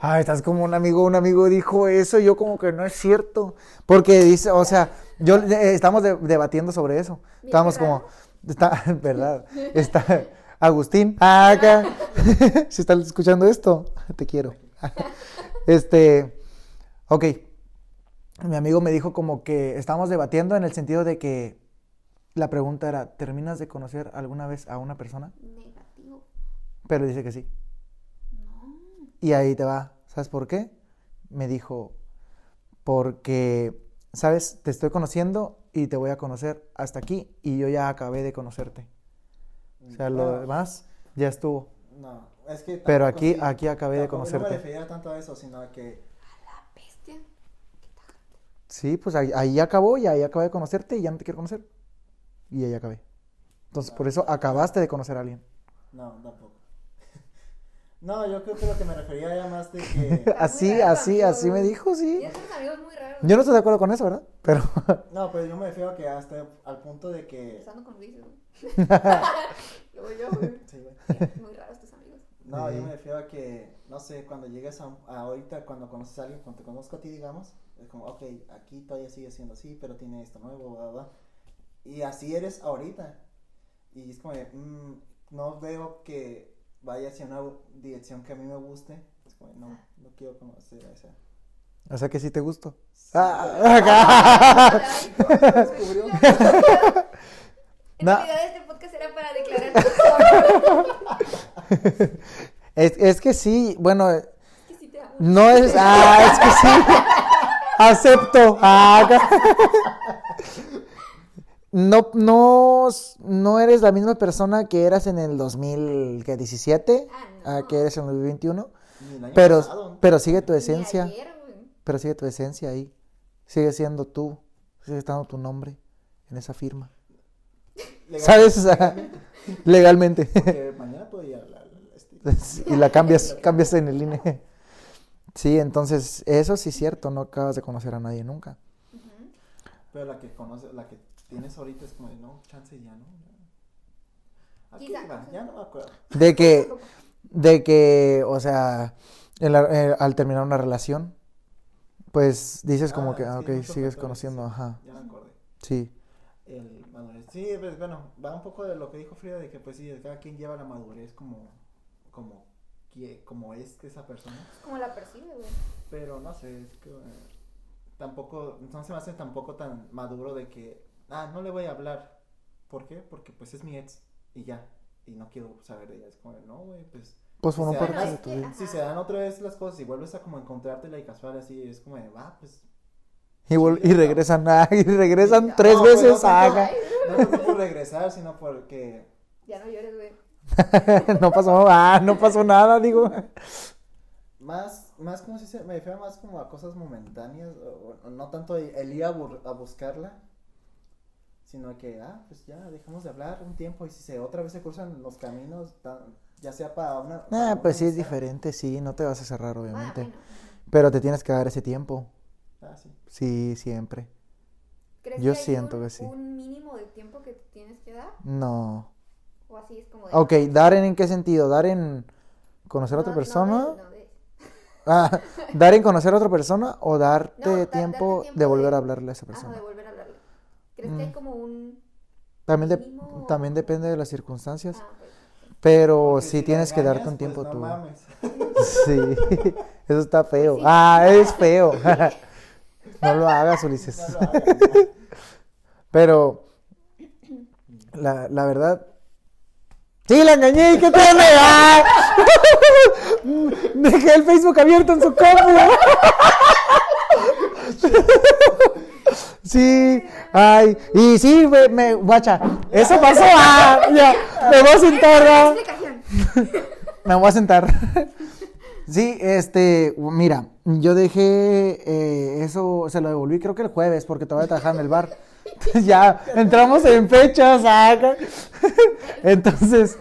S3: ah, estás como un amigo, un amigo dijo eso, y yo como que no es cierto, porque dice, o sea, yo eh, estamos de- debatiendo sobre eso,
S2: Bien
S3: estábamos
S2: raro.
S3: como, está, [laughs] verdad, está Agustín, ah, acá, [laughs] si estás escuchando esto, te quiero, [laughs] este, ok, mi amigo me dijo como que estábamos debatiendo en el sentido de que la pregunta era, ¿terminas de conocer alguna vez a una persona?
S2: Negativo.
S3: Pero dice que sí.
S2: No.
S3: Y ahí te va. ¿Sabes por qué? Me dijo, porque, ¿sabes? Te estoy conociendo y te voy a conocer hasta aquí y yo ya acabé de conocerte. O sea, lo
S1: Ah,
S3: demás ya estuvo.
S1: No, es que.
S3: Pero
S1: tampoco
S3: aquí,
S1: sí,
S3: aquí acabé de
S1: tampoco- No me
S3: conocerte.
S1: refería tanto a eso, sino a que.
S2: Bestia.
S3: Sí, pues ahí, ahí acabó y ahí acabé de conocerte y ya no te quiero conocer. Y ahí acabé. Entonces, por eso acabaste de conocer a alguien.
S1: No, tampoco. [laughs] No, yo creo que lo que me refería era más de que.
S2: Está muy
S3: Así,
S2: raro,
S3: así,
S2: amigo.
S3: así me dijo, sí.
S2: Ya son amigos muy raros.
S3: Yo no estoy de acuerdo con eso, ¿verdad? Pero [laughs]
S1: No, pero yo me refiero a que hasta al punto de que.
S2: Empezando con
S3: [laughs]
S2: Luis, güey. Luego yo, güey.
S1: Sí, güey.
S2: Muy raros tus
S3: [laughs]
S2: amigos.
S1: No, yo
S3: Ujú.
S1: me refiero a que, no sé, cuando llegas a, un- a ahorita, cuando conoces a alguien, cuando te conozco a ti, digamos, es como, ok, aquí todavía sigue siendo así, pero tiene esto nuevo, bla, bla, bla. Y así eres ahorita. Y es como, de, "Mm, no veo que vaya hacia una dirección que a mí me guste. Es como, no, no quiero conocer a esa.
S3: O sea que sí te gusto.
S1: Sí,
S3: Ah, [laughs] acá.
S2: Ay, descubrió. En
S3: [laughs] No.
S2: realidad este podcast era para declarar tu amor.
S3: Es, es que sí, bueno,
S2: Es que sí te amo.
S3: no es. Ah, es que sí. Acepto. Ah, ca- no, no, no eres la misma persona que eras en el 2017,
S2: Ah, no.
S3: a que eres en el 2021,
S1: ni el año
S3: pero,
S1: pasado.
S3: pero sigue tu
S2: Ni
S3: esencia,
S2: ayer, güey.
S3: pero sigue tu esencia ahí, sigue siendo tú, sigue estando tu nombre en esa firma,
S1: Legal-
S3: ¿sabes? O sea, [laughs] legalmente.
S1: Porque mañana puedo ir a la- la- la- este.
S3: [laughs] y la cambias, cambias en el INE. Sí, entonces eso sí es cierto, no acabas de conocer a nadie nunca.
S2: Ujú.
S1: Pero la que conoces, la que tienes ahorita es como, de, no, chance ya no. ya. ¿A qué
S2: Quizá.
S1: iba? Ya no me acuerdo.
S3: De que, de que, o sea, en la- eh, al terminar una relación, pues dices como
S1: Ah,
S3: que,
S1: es que
S3: ah, ok,
S1: hay muchos
S3: sigues
S1: factores,
S3: conociendo,
S1: sí,
S3: ajá,
S1: Ya me acordé.
S3: sí.
S1: El, bueno, sí, pues bueno, va un poco de lo que dijo Frida, de que pues sí, cada quien lleva la madurez como, como, quie- como es esa persona.
S2: Es como la percibe, güey.
S1: Pero no sé, es que eh, tampoco, no se me hace tampoco tan maduro de que, ah, no le voy a hablar. ¿Por qué? Porque pues es mi ex y ya. Y no quiero saber de ella. Es como, no, güey, pues
S3: Pues
S1: O
S3: forma
S1: sea,
S3: parte de
S2: es
S3: tu
S2: que-
S3: vida.
S1: si se dan otra vez las cosas y vuelves a como encontrártela y casual así, es como de, va, pues.
S3: Y, vol- y regresan, ah, y regresan
S1: No,
S3: tres
S1: pues, no,
S3: veces,
S1: no,
S3: ajá. [laughs]
S1: No tanto por regresar, sino porque.
S2: Ya no llores, güey. Ah,
S3: No pasó, ah, no pasó nada, digo.
S1: Más, más como si se. Me refiero más como a cosas momentáneas, o, o no tanto el el ir a, bur- a buscarla, sino que, ah, pues ya dejamos de hablar un tiempo y si se otra vez se cruzan los caminos, tan- ya sea para una. para
S3: Ah,
S1: una
S3: pues sí es
S1: amistad.
S3: diferente, sí, no te vas a cerrar,
S2: Ah,
S3: obviamente.
S2: bueno.
S3: Pero te tienes que dar ese tiempo,
S1: Ah, sí.
S3: sí, siempre.
S2: ¿Crees
S3: Yo
S2: que hay
S3: siento
S2: un,
S3: que sí.
S2: un mínimo de tiempo que te tienes que dar?
S3: No.
S2: ¿O así es como de...
S3: Ok, dar en, en qué sentido? Dar en conocer a otra
S2: No, no,
S3: persona.
S2: no, no, de-
S3: [laughs] Ah, dar en conocer a otra persona o darte
S2: No, da- darte
S3: tiempo
S2: tiempo
S3: de volver
S2: de-
S3: a hablarle a esa
S2: Ajá,
S3: persona.
S2: de volver a hablarle. ¿Crees que hay
S3: Mm.
S2: como un...
S3: También, de-
S2: mínimo-
S3: también depende de las circunstancias,
S2: Ah, ok.
S3: pero
S1: Porque
S3: sí
S1: si
S3: tienes
S1: lo
S3: que darte
S1: engañas,
S3: un tiempo
S1: pues,
S3: tú.
S1: No mames. [laughs]
S3: Sí, [laughs] eso está feo.
S2: sí.
S3: Ah, es feo. [laughs] No lo hagas,
S1: No
S3: Ulises.
S1: lo hagas.
S3: [laughs] Pero la, la verdad. Sí, la engañé, ¿y qué tiene? [laughs] ¡Ah! Dejé el Facebook abierto en su compu. [laughs] Sí, ay, y sí, me, me- guacha, eso pasó, ah, ya, me voy a sentar, ah. [laughs]
S2: Explicación.
S3: Me voy a sentar. [laughs] Sí, este, mira, yo dejé eh, eso, se lo devolví creo que el jueves porque todavía trabajaba en el bar. [laughs] ya, entramos en fechas, ah, ca- [laughs] Entonces,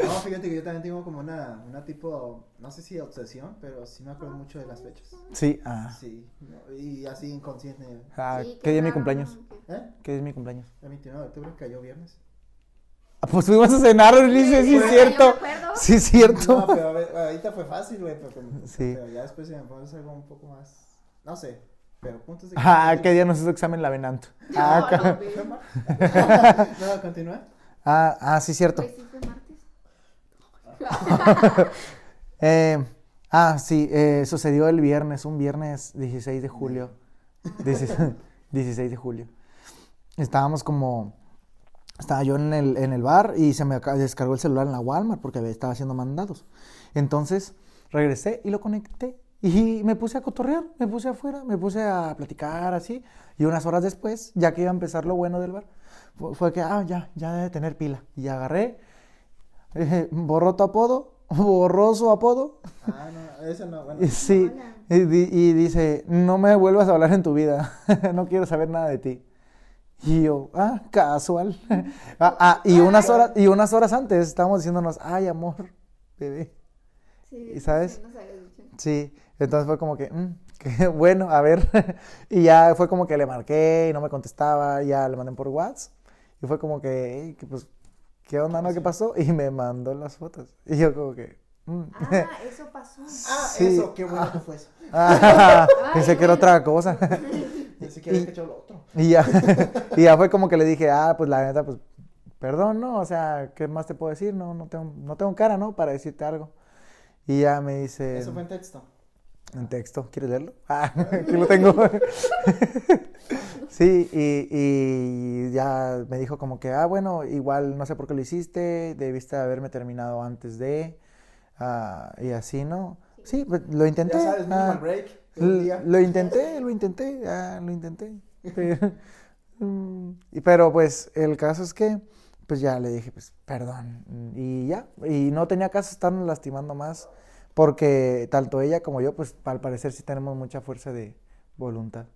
S1: No, fíjate digo, yo también tengo como una, una tipo, no sé si obsesión, pero sí me acuerdo mucho de las fechas.
S3: Sí, ah.
S1: Sí, no, y así inconsciente.
S3: Ah,
S2: Sí,
S3: ¿Qué día es mi
S2: raro,
S3: [laughs] cumpleaños?
S2: ¿no?
S1: ¿Eh?
S3: ¿Qué día es mi cumpleaños?
S1: El 29 de octubre cayó viernes.
S3: Ah, pues fuimos a cenar, Ulises, sí
S2: yo
S3: es
S2: me
S3: cierto.
S2: acuerdo.
S3: Sí es cierto.
S1: No,
S2: pues,
S1: pero a ver, ahorita fue fácil, güey, pero, como-
S3: [laughs] Sí.
S1: pero ya después si me pones algo un poco más, no sé, pero puntos de...
S3: [laughs] Ah, ¿qué día nos hizo examen la Venanto? Ah,
S2: No,
S3: ca-
S2: no, güey.
S1: [laughs] no, continúa.
S3: ah, ah, sí es cierto.
S2: Pues sí fue martes.
S3: Eh, ah, sí, eh, sucedió el viernes, un viernes 16 de julio. [laughs] 16, 16 de julio. Estábamos como... Estaba yo en el, en el bar y se me aca- descargó el celular en la Walmart porque había- estaba haciendo mandados. Entonces regresé y lo conecté y me puse a cotorrear, me puse afuera, me puse a platicar así. Y unas horas después, ya que iba a empezar lo bueno del bar, fu- fue que, ah, ya, ya debe tener pila. Y agarré, [laughs] eh, borró tu apodo, [laughs] borró su apodo.
S1: Ah, no, eso no, bueno.
S3: Y Sí,
S2: Hola.
S3: y, di- y dice, no me vuelvas a hablar en tu vida, [laughs] no quiero saber nada de ti. Y yo, ah, casual. [laughs] Ah, ah, y, unas horas, y unas horas antes estábamos diciéndonos, ay, amor, bebé.
S2: Sí,
S3: ¿Y sabes?
S2: no sabía
S3: [laughs]
S2: dicho.
S3: Sí, entonces fue como que, "Mm, [laughs] qué bueno, a ver. [laughs] Y ya fue como que le marqué y no me contestaba, y ya le mandé por WhatsApp. Y fue como que, "Ey, que pues, ¿qué onda, no? ¿Qué pasó? Y me mandó las fotos. Y yo como que, "Mm".
S2: Ah, eso pasó.
S1: Ah,
S3: sí.
S1: eso, qué bueno que fue eso.
S3: [laughs] Ah, pensé
S2: Ay,
S3: que era
S2: bueno.
S3: otra cosa.
S1: Ni siquiera he hecho lo otro.
S3: Y ya, [laughs] y ya fue como que le dije, ah, pues la neta, pues, perdón, ¿no? O sea, ¿qué más te puedo decir? No, no tengo, no tengo cara, ¿no? Para decirte algo. Y ya me dice,
S1: Eso fue en texto.
S3: en texto, ¿quieres leerlo? [laughs] Ah, aquí lo tengo. Sí, y, y ya me dijo como que, ah, bueno, igual no sé por qué lo hiciste, debiste haberme terminado antes de, ah, y así, ¿no? Sí, pues, lo intenté.
S1: Ya sabes, minimal
S3: ah,
S1: break. un día.
S3: L- Lo intenté, lo intenté, ah, lo intenté. [laughs] Pero, mm, y- pero, pues el caso es que, pues ya le dije, pues perdón. mm, Y ya, y no tenía caso estarnos lastimando más, porque tanto ella como yo, pues al parecer sí tenemos mucha fuerza de voluntad.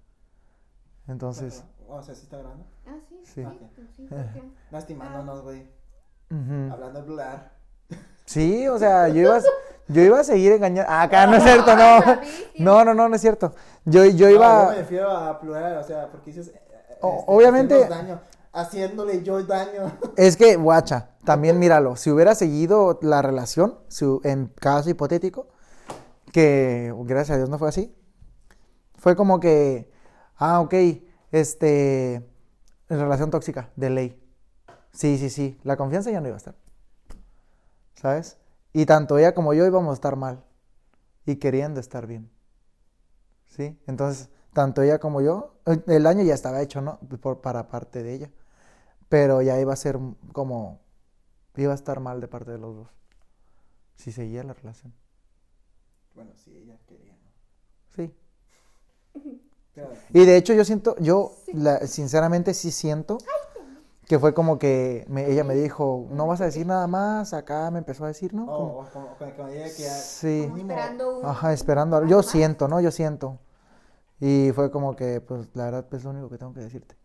S3: Entonces,
S1: O sea, sí está grabando.
S2: Ah, sí,
S3: Sí.
S2: sí. sí, ¿por qué?
S1: Lastimándonos, güey.
S3: ujú.
S1: Hablando de Blar.
S3: sí, o sea, yo iba, a- yo iba a seguir engañando. Ah, Acá no es cierto,
S2: [laughs] Ah,
S3: no.
S2: David, sí.
S3: No, no, no, no es cierto. Yo, yo iba...
S1: No, Ah, yo me refiero a plural, o sea, porque dices. eh, eh,
S3: O- obviamente-
S1: haciéndonos daño, haciéndole yo daño. [laughs]
S3: Es que, guacha, también míralo, si hubiera seguido la relación, su- en caso hipotético, que gracias a Dios no fue así, fue como que, ah, ok, este, relación tóxica, de ley. Sí, sí, sí, la confianza ya no iba a estar. ¿Sabes? Y tanto ella como yo íbamos a estar mal y queriendo estar bien. ¿Sí? Entonces, tanto ella como yo, el- el año ya estaba hecho, ¿no? Por- para parte de ella pero ya iba a ser como iba a estar mal de parte de los dos si seguía la relación
S1: Bueno, sí, ella quería, ¿no?
S3: sí
S1: Pero,
S3: y de hecho yo siento yo la- sinceramente sí siento que fue como que me- ella me dijo no vas a decir nada más acá me empezó a decir no
S1: o,
S3: Como-
S1: o Oh, como, como, como ella que.
S3: sí
S2: Como esperando un-
S3: ajá esperando algo. yo siento no yo siento y fue como que pues la verdad pues lo único que tengo que decirte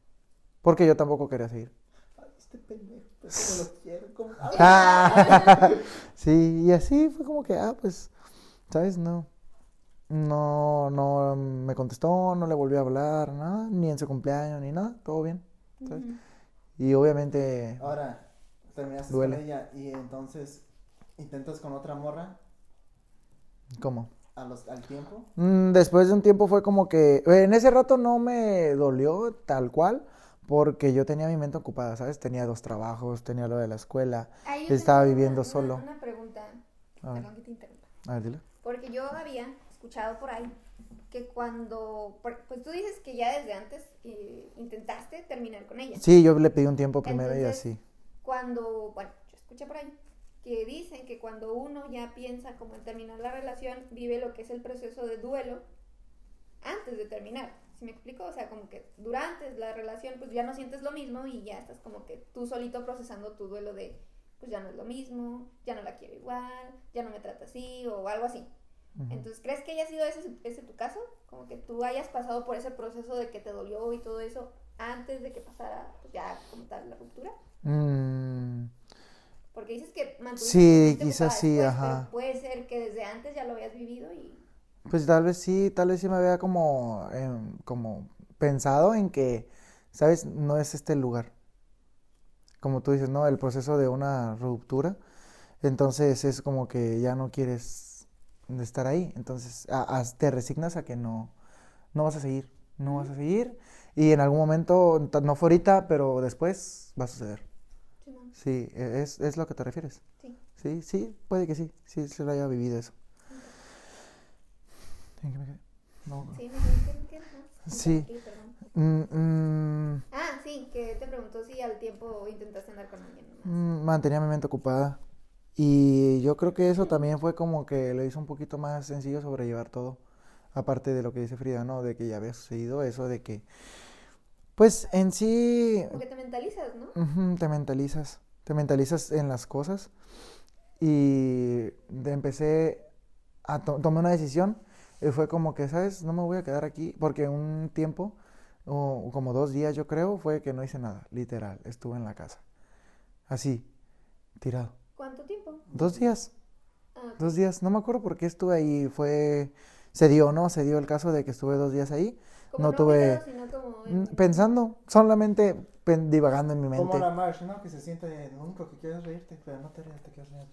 S3: porque yo tampoco quería seguir
S1: "Ay, Este pendejo, pues no lo quiero. como- ay".
S3: [laughs] Ah, sí, y así fue como que, ah, pues, ¿sabes? No, no, no me contestó, no le volví a hablar, nada, ni en su cumpleaños, ni nada, todo bien, ¿sabes? Y obviamente,
S1: Ahora, terminaste
S3: Duele.
S1: con ella y entonces intentas con otra morra
S3: ¿cómo?
S1: a los, al tiempo.
S3: Mm, Después de un tiempo fue como que, en ese rato no me dolió tal cual, porque yo tenía mi mente ocupada, ¿sabes? Tenía dos trabajos, tenía lo de la escuela,
S2: Ahí yo
S3: estaba
S2: tengo
S3: viviendo
S2: una-
S3: solo.
S2: Una, una pregunta.
S3: A ver.
S2: Perdón que te interrumpa.
S3: A ver, dile.
S2: Porque yo había escuchado por ahí que cuando. por- Pues tú dices que ya desde antes eh, intentaste terminar con ella.
S3: Sí, yo le pedí un tiempo primero y
S2: Entonces,
S3: así.
S2: Cuando. Bueno, yo escuché por ahí que dicen que cuando uno ya piensa como en terminar la relación, vive lo que es el proceso de duelo antes de terminar. ¿Sí me explico? O sea, como que durante la relación, pues ya no sientes lo mismo y ya estás como que tú solito procesando tu duelo de, pues ya no es lo mismo, ya no la quiero igual, ya no me trata así o algo así.
S3: Ujú.
S2: Entonces, ¿crees que haya sido ese, ese tu caso? Como que tú hayas pasado por ese proceso de que te dolió y todo eso antes de que pasara pues, ya como tal la ruptura.
S3: Mm,
S2: Porque dices que mantuviste
S3: Sí,
S2: ocupada
S3: quizás sí,
S2: después,
S3: ajá.
S2: pero Puede ser que desde antes ya lo habías vivido y
S3: Pues tal vez sí, tal vez sí me había como, em, como pensado en que, ¿sabes? No es este el lugar. Como tú dices, ¿no? El proceso de una ruptura. Entonces es como que ya no quieres estar ahí. Entonces a- a- te resignas a que no, no vas a seguir. No vas a seguir. Y en algún momento, ta- no fue ahorita, pero después va a suceder.
S2: sí, no,
S3: Sí, e- es, es lo que te refieres.
S2: sí.
S3: Sí, sí, puede que sí. Sí, se lo haya vivido eso. ¿En qué me quedé?
S2: Sí, no,
S3: No.
S2: no, ¿qué- qué- qué?
S3: Sí.
S2: Tranquilo, perdón.
S3: Mm, mm,
S2: Ah, sí, que te preguntó si al tiempo intentaste andar con alguien más.
S3: mm, mantenía mi mente ocupada. Y yo creo que eso también fue como que lo hizo un poquito más sencillo sobrellevar todo. Aparte de lo que dice Frida, ¿no? De que ya había sucedido eso, de que... Pues en sí...
S2: Porque te mentalizas, ¿no?
S3: Ujú, te mentalizas, te mentalizas en las cosas y de- empecé a to- tomé una decisión y fue como que, ¿sabes? No me voy a quedar aquí porque un tiempo, o como dos días yo creo, fue que no hice nada, literal, estuve en la casa, así, tirado.
S2: ¿Cuánto tiempo?
S3: Dos días,
S2: Ah,
S3: dos días, no me acuerdo por qué estuve ahí, fue, se dio, ¿no? Se dio el caso de que estuve dos días ahí,
S2: como
S3: no
S2: no
S3: tuve-
S2: cuidado, sino como en-
S3: mm,
S2: [laughs]
S3: pensando, solamente pen- divagando en mi
S1: Como
S3: mente.
S1: la Marsh, ¿no? Que se siente de nunca que quieres reírte, pero no te rías, te quieres reír.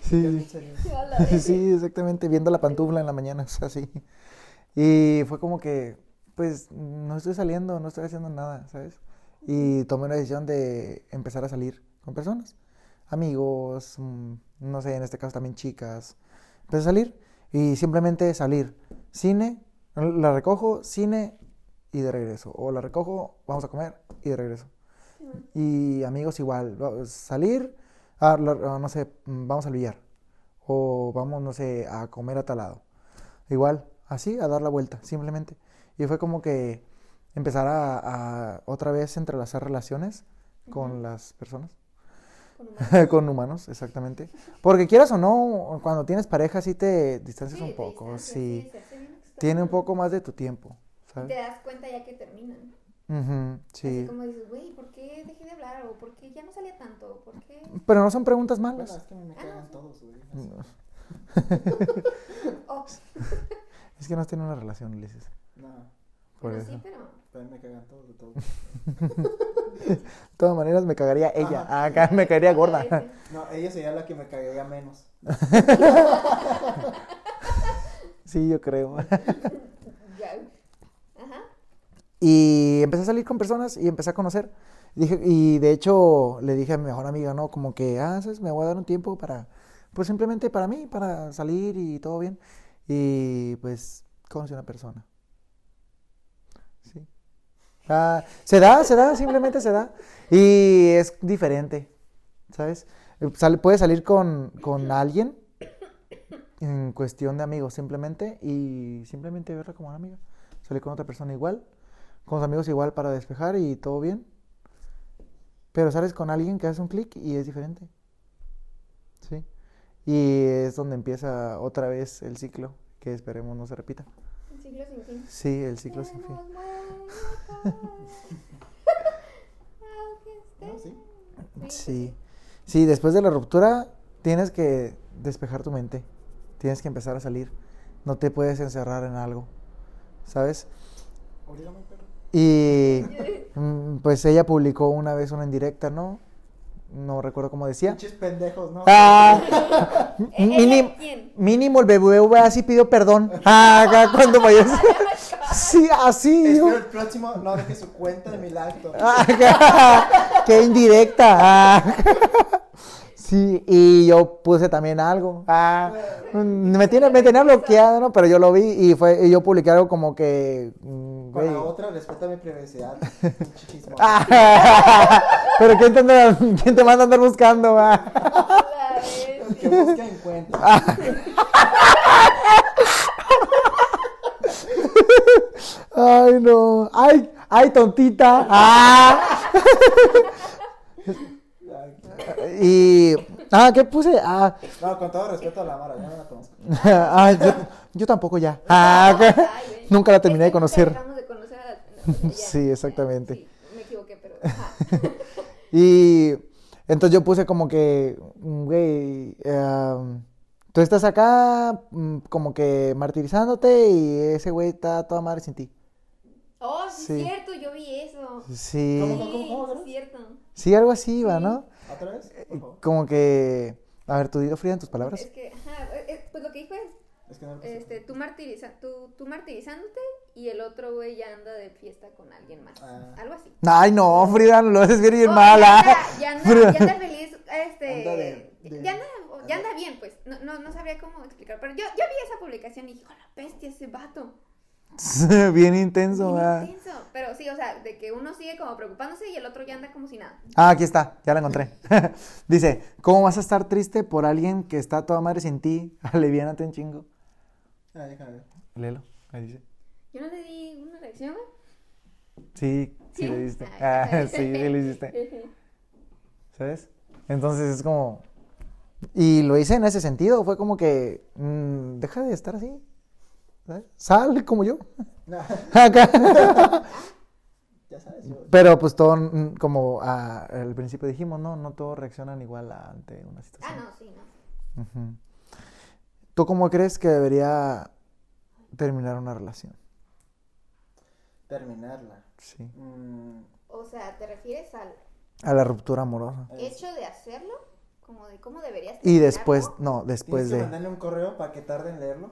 S3: Sí,
S1: Es
S3: sí.
S1: en serio.
S2: A
S3: [laughs]
S2: la vez.
S3: Sí, exactamente, viendo la pantufla en la mañana, [laughs] o sea, así. Y fue como que, pues, no estoy saliendo, no estoy haciendo nada, ¿sabes? Y tomé una decisión de empezar a salir con personas, amigos, mm, no sé, en este caso también chicas. Empecé a salir y simplemente salir. Cine, la recojo, cine y de regreso. O la recojo, vamos a comer y de regreso.
S2: Simón.
S3: Y amigos igual, va- salir, a, la- a, no sé, mm, vamos al billar. O vamos, no sé, a comer a tal lado. Igual, así, a dar la vuelta, simplemente. Y fue como que empezar a, a otra vez entrelazar relaciones con
S2: Ujú.
S3: las personas, [laughs]
S2: Con humanos.
S3: con humanos, exactamente. Porque quieras o no, cuando tienes pareja sí te distancias
S2: Sí,
S3: un
S2: te
S3: poco,
S2: distancias,
S3: sí.
S2: se hace bien extraño.
S3: Tiene un poco más de tu tiempo,
S2: Y Te
S3: ¿sabes?
S2: das cuenta ya que terminan.
S3: Ujú,
S2: Así
S3: sí.
S2: como dices, güey, ¿por qué dejé de hablar? ¿O por qué ya no salía tanto? ¿Por qué?
S3: Pero no son preguntas
S1: Bueno,
S3: malas.
S1: es que me
S2: Ah,
S1: cagan
S2: sí.
S1: todos, güey. así.
S3: Mm,
S2: Oh,
S3: pues, Es que no tienen una relación, Ulises.
S1: No,
S3: Por
S2: bueno,
S3: eso.
S2: sí, pero...
S1: también me cagan todos, de todos.
S3: De todas maneras, me cagaría ella.
S1: Ajá.
S3: Acá me caería
S2: Ay,
S3: gorda. [laughs]
S2: sí.
S1: No, ella sería la que me cagaría menos.
S3: Sí, yo creo.
S2: Ya. Ajá.
S3: Y empecé a salir con personas y empecé a conocer. Dije, y de hecho, le dije a mi mejor amiga, ¿no? Como que, ah, ¿sabes? Me voy a dar un tiempo para, pues simplemente para mí, para salir y todo bien. Y pues conocí una persona. Sí. Ah, se da, se da, simplemente se da. Y es diferente, ¿sabes? Eh, sale- puedes salir con, con alguien en cuestión de amigos, simplemente, y simplemente verla como una amiga. Salir con otra persona igual, con los amigos igual para despejar y todo bien. Pero sales con alguien que hace un clic y es diferente. Sí. Y es donde empieza otra vez el ciclo, que esperemos no se repita.
S2: Un siglo sin fin.
S3: Sí, el ciclo sin fin.
S2: Ya nos
S3: [laughs]
S2: vamos. Aunque esté-
S1: No, sí.
S3: [laughs] Sí. Sí, después de la ruptura tienes que despejar tu mente. Tienes que empezar a salir. No te puedes encerrar en algo. ¿Sabes?
S1: Orígame, perro.
S3: Y
S2: Yo-
S3: mm, pues ella publicó una vez una en directa, ¿no? No recuerdo cómo decía.
S1: Pinches pendejos, ¿no?
S3: Ah,
S2: ¿E- [laughs] ella
S3: mínimo,
S2: ¿Quién?
S3: mínimo el BBVA sí pidió perdón. Ah, acá cuando vayas. Sí, así.
S1: Espero
S3: yo-
S1: el próximo no deje su cuenta de mi laptop.
S3: Ah, qué indirecta. Ah. Sí, y yo puse también algo. Ah, me, tiene, me tenía bloqueado, ¿no? Pero yo lo vi y fue y yo publiqué algo como que. mm,
S1: Con la
S3: güey.
S1: otra, respeta mi privacidad. Pinche chismoso.
S3: Ah, [laughs] pero ¿quién te, anda- quién te manda a andar buscando? Ah?
S2: La bestia.
S3: [laughs]
S1: El que busca encuentra.
S3: Ay, no. Ay, ay, tontita. Ah.
S1: Ay,
S3: Y. Ah, ¿qué puse? Ah, [laughs]
S1: No, con todo respeto a la Mara, ya no la conozco.
S3: ah, yo, yo tampoco ya. Ah, ¿qué?
S2: Ay, güey.
S3: Nunca la terminé de
S2: Es que nunca
S3: conocer.
S2: dejamos de conocer
S3: [laughs]
S2: a la- no, ya.
S3: Sí, exactamente.
S2: Sí, me equivoqué, pero. ajá.
S3: Y Entonces yo puse como que, mm, güey, eh, tú estás acá mm, como que martirizándote y ese güey está toda madre sin ti.
S2: Oh, sí,
S3: Sí.
S2: es cierto, yo vi eso.
S3: Sí,
S2: Sí,
S1: ¿Cómo, cómo, cómo,
S2: sí
S1: cómo?
S2: es cierto.
S3: sí, algo así iba, ¿no?
S1: ¿Otra vez? Por favor.
S3: Como que, a ver, tú dilo Frida en tus palabras.
S2: Es que, ajá, eh, eh, pues lo que dijo es,
S1: Es que no lo puse.
S2: este, tú, martiriza, tú, tú martirizándote y el otro güey ya anda de fiesta con alguien más.
S1: Ah.
S2: Algo así.
S3: Ay, no, Frida, no lo haces ver bien
S2: Oh,
S3: mala. [laughs]
S2: Ya anda, ya anda, ya anda feliz, este,
S1: Anda de- de-
S2: ya, anda, ya anda bien, pues, no, no, no sabría cómo explicar, pero yo, yo vi esa publicación y dije, "Oh, la bestia ese vato,
S3: bien intenso,
S2: Bien
S3: ¿verdad?
S2: intenso, pero sí, o sea, de que uno sigue como preocupándose y el otro ya anda como si nada,
S3: Ah, aquí está, ya la encontré. [laughs] Dice, ¿cómo vas a estar triste por alguien que está toda madre sin ti? [laughs] Aliviánate un chingo.
S1: Ah, déjame ver.
S3: Léelo, ahí dice.
S2: yo no le di una reacción, güey.
S3: Sí, sí, lo diste.
S2: Ay,
S3: [laughs] Ah, sí, sí lo hiciste.
S2: [laughs]
S3: ¿Sabes? Entonces es como... Y lo hice en ese sentido, fue como que... mm, deja de estar así. ¿sabes? Sal como yo. [laughs]
S1: No, [laughs]
S3: Acá.
S1: ya sabes, yo.
S3: Pero pues todo, mm, como ah, al principio dijimos, no, no todos reaccionan igual ante una situación.
S2: Ah, no, sí, no.
S3: Ujú. ¿Tú cómo crees que debería terminar una relación?
S1: Terminarla.
S3: Sí.
S1: Mm,
S2: O sea, ¿te refieres al
S3: A la ruptura amorosa.
S1: a ver,
S2: hecho de hacerlo? Como de cómo deberías
S3: Y
S2: terminarlo? [laughs]
S3: después, no, después
S1: Tienes que
S3: Pues de...
S1: mandarle un correo para que tarde en leerlo.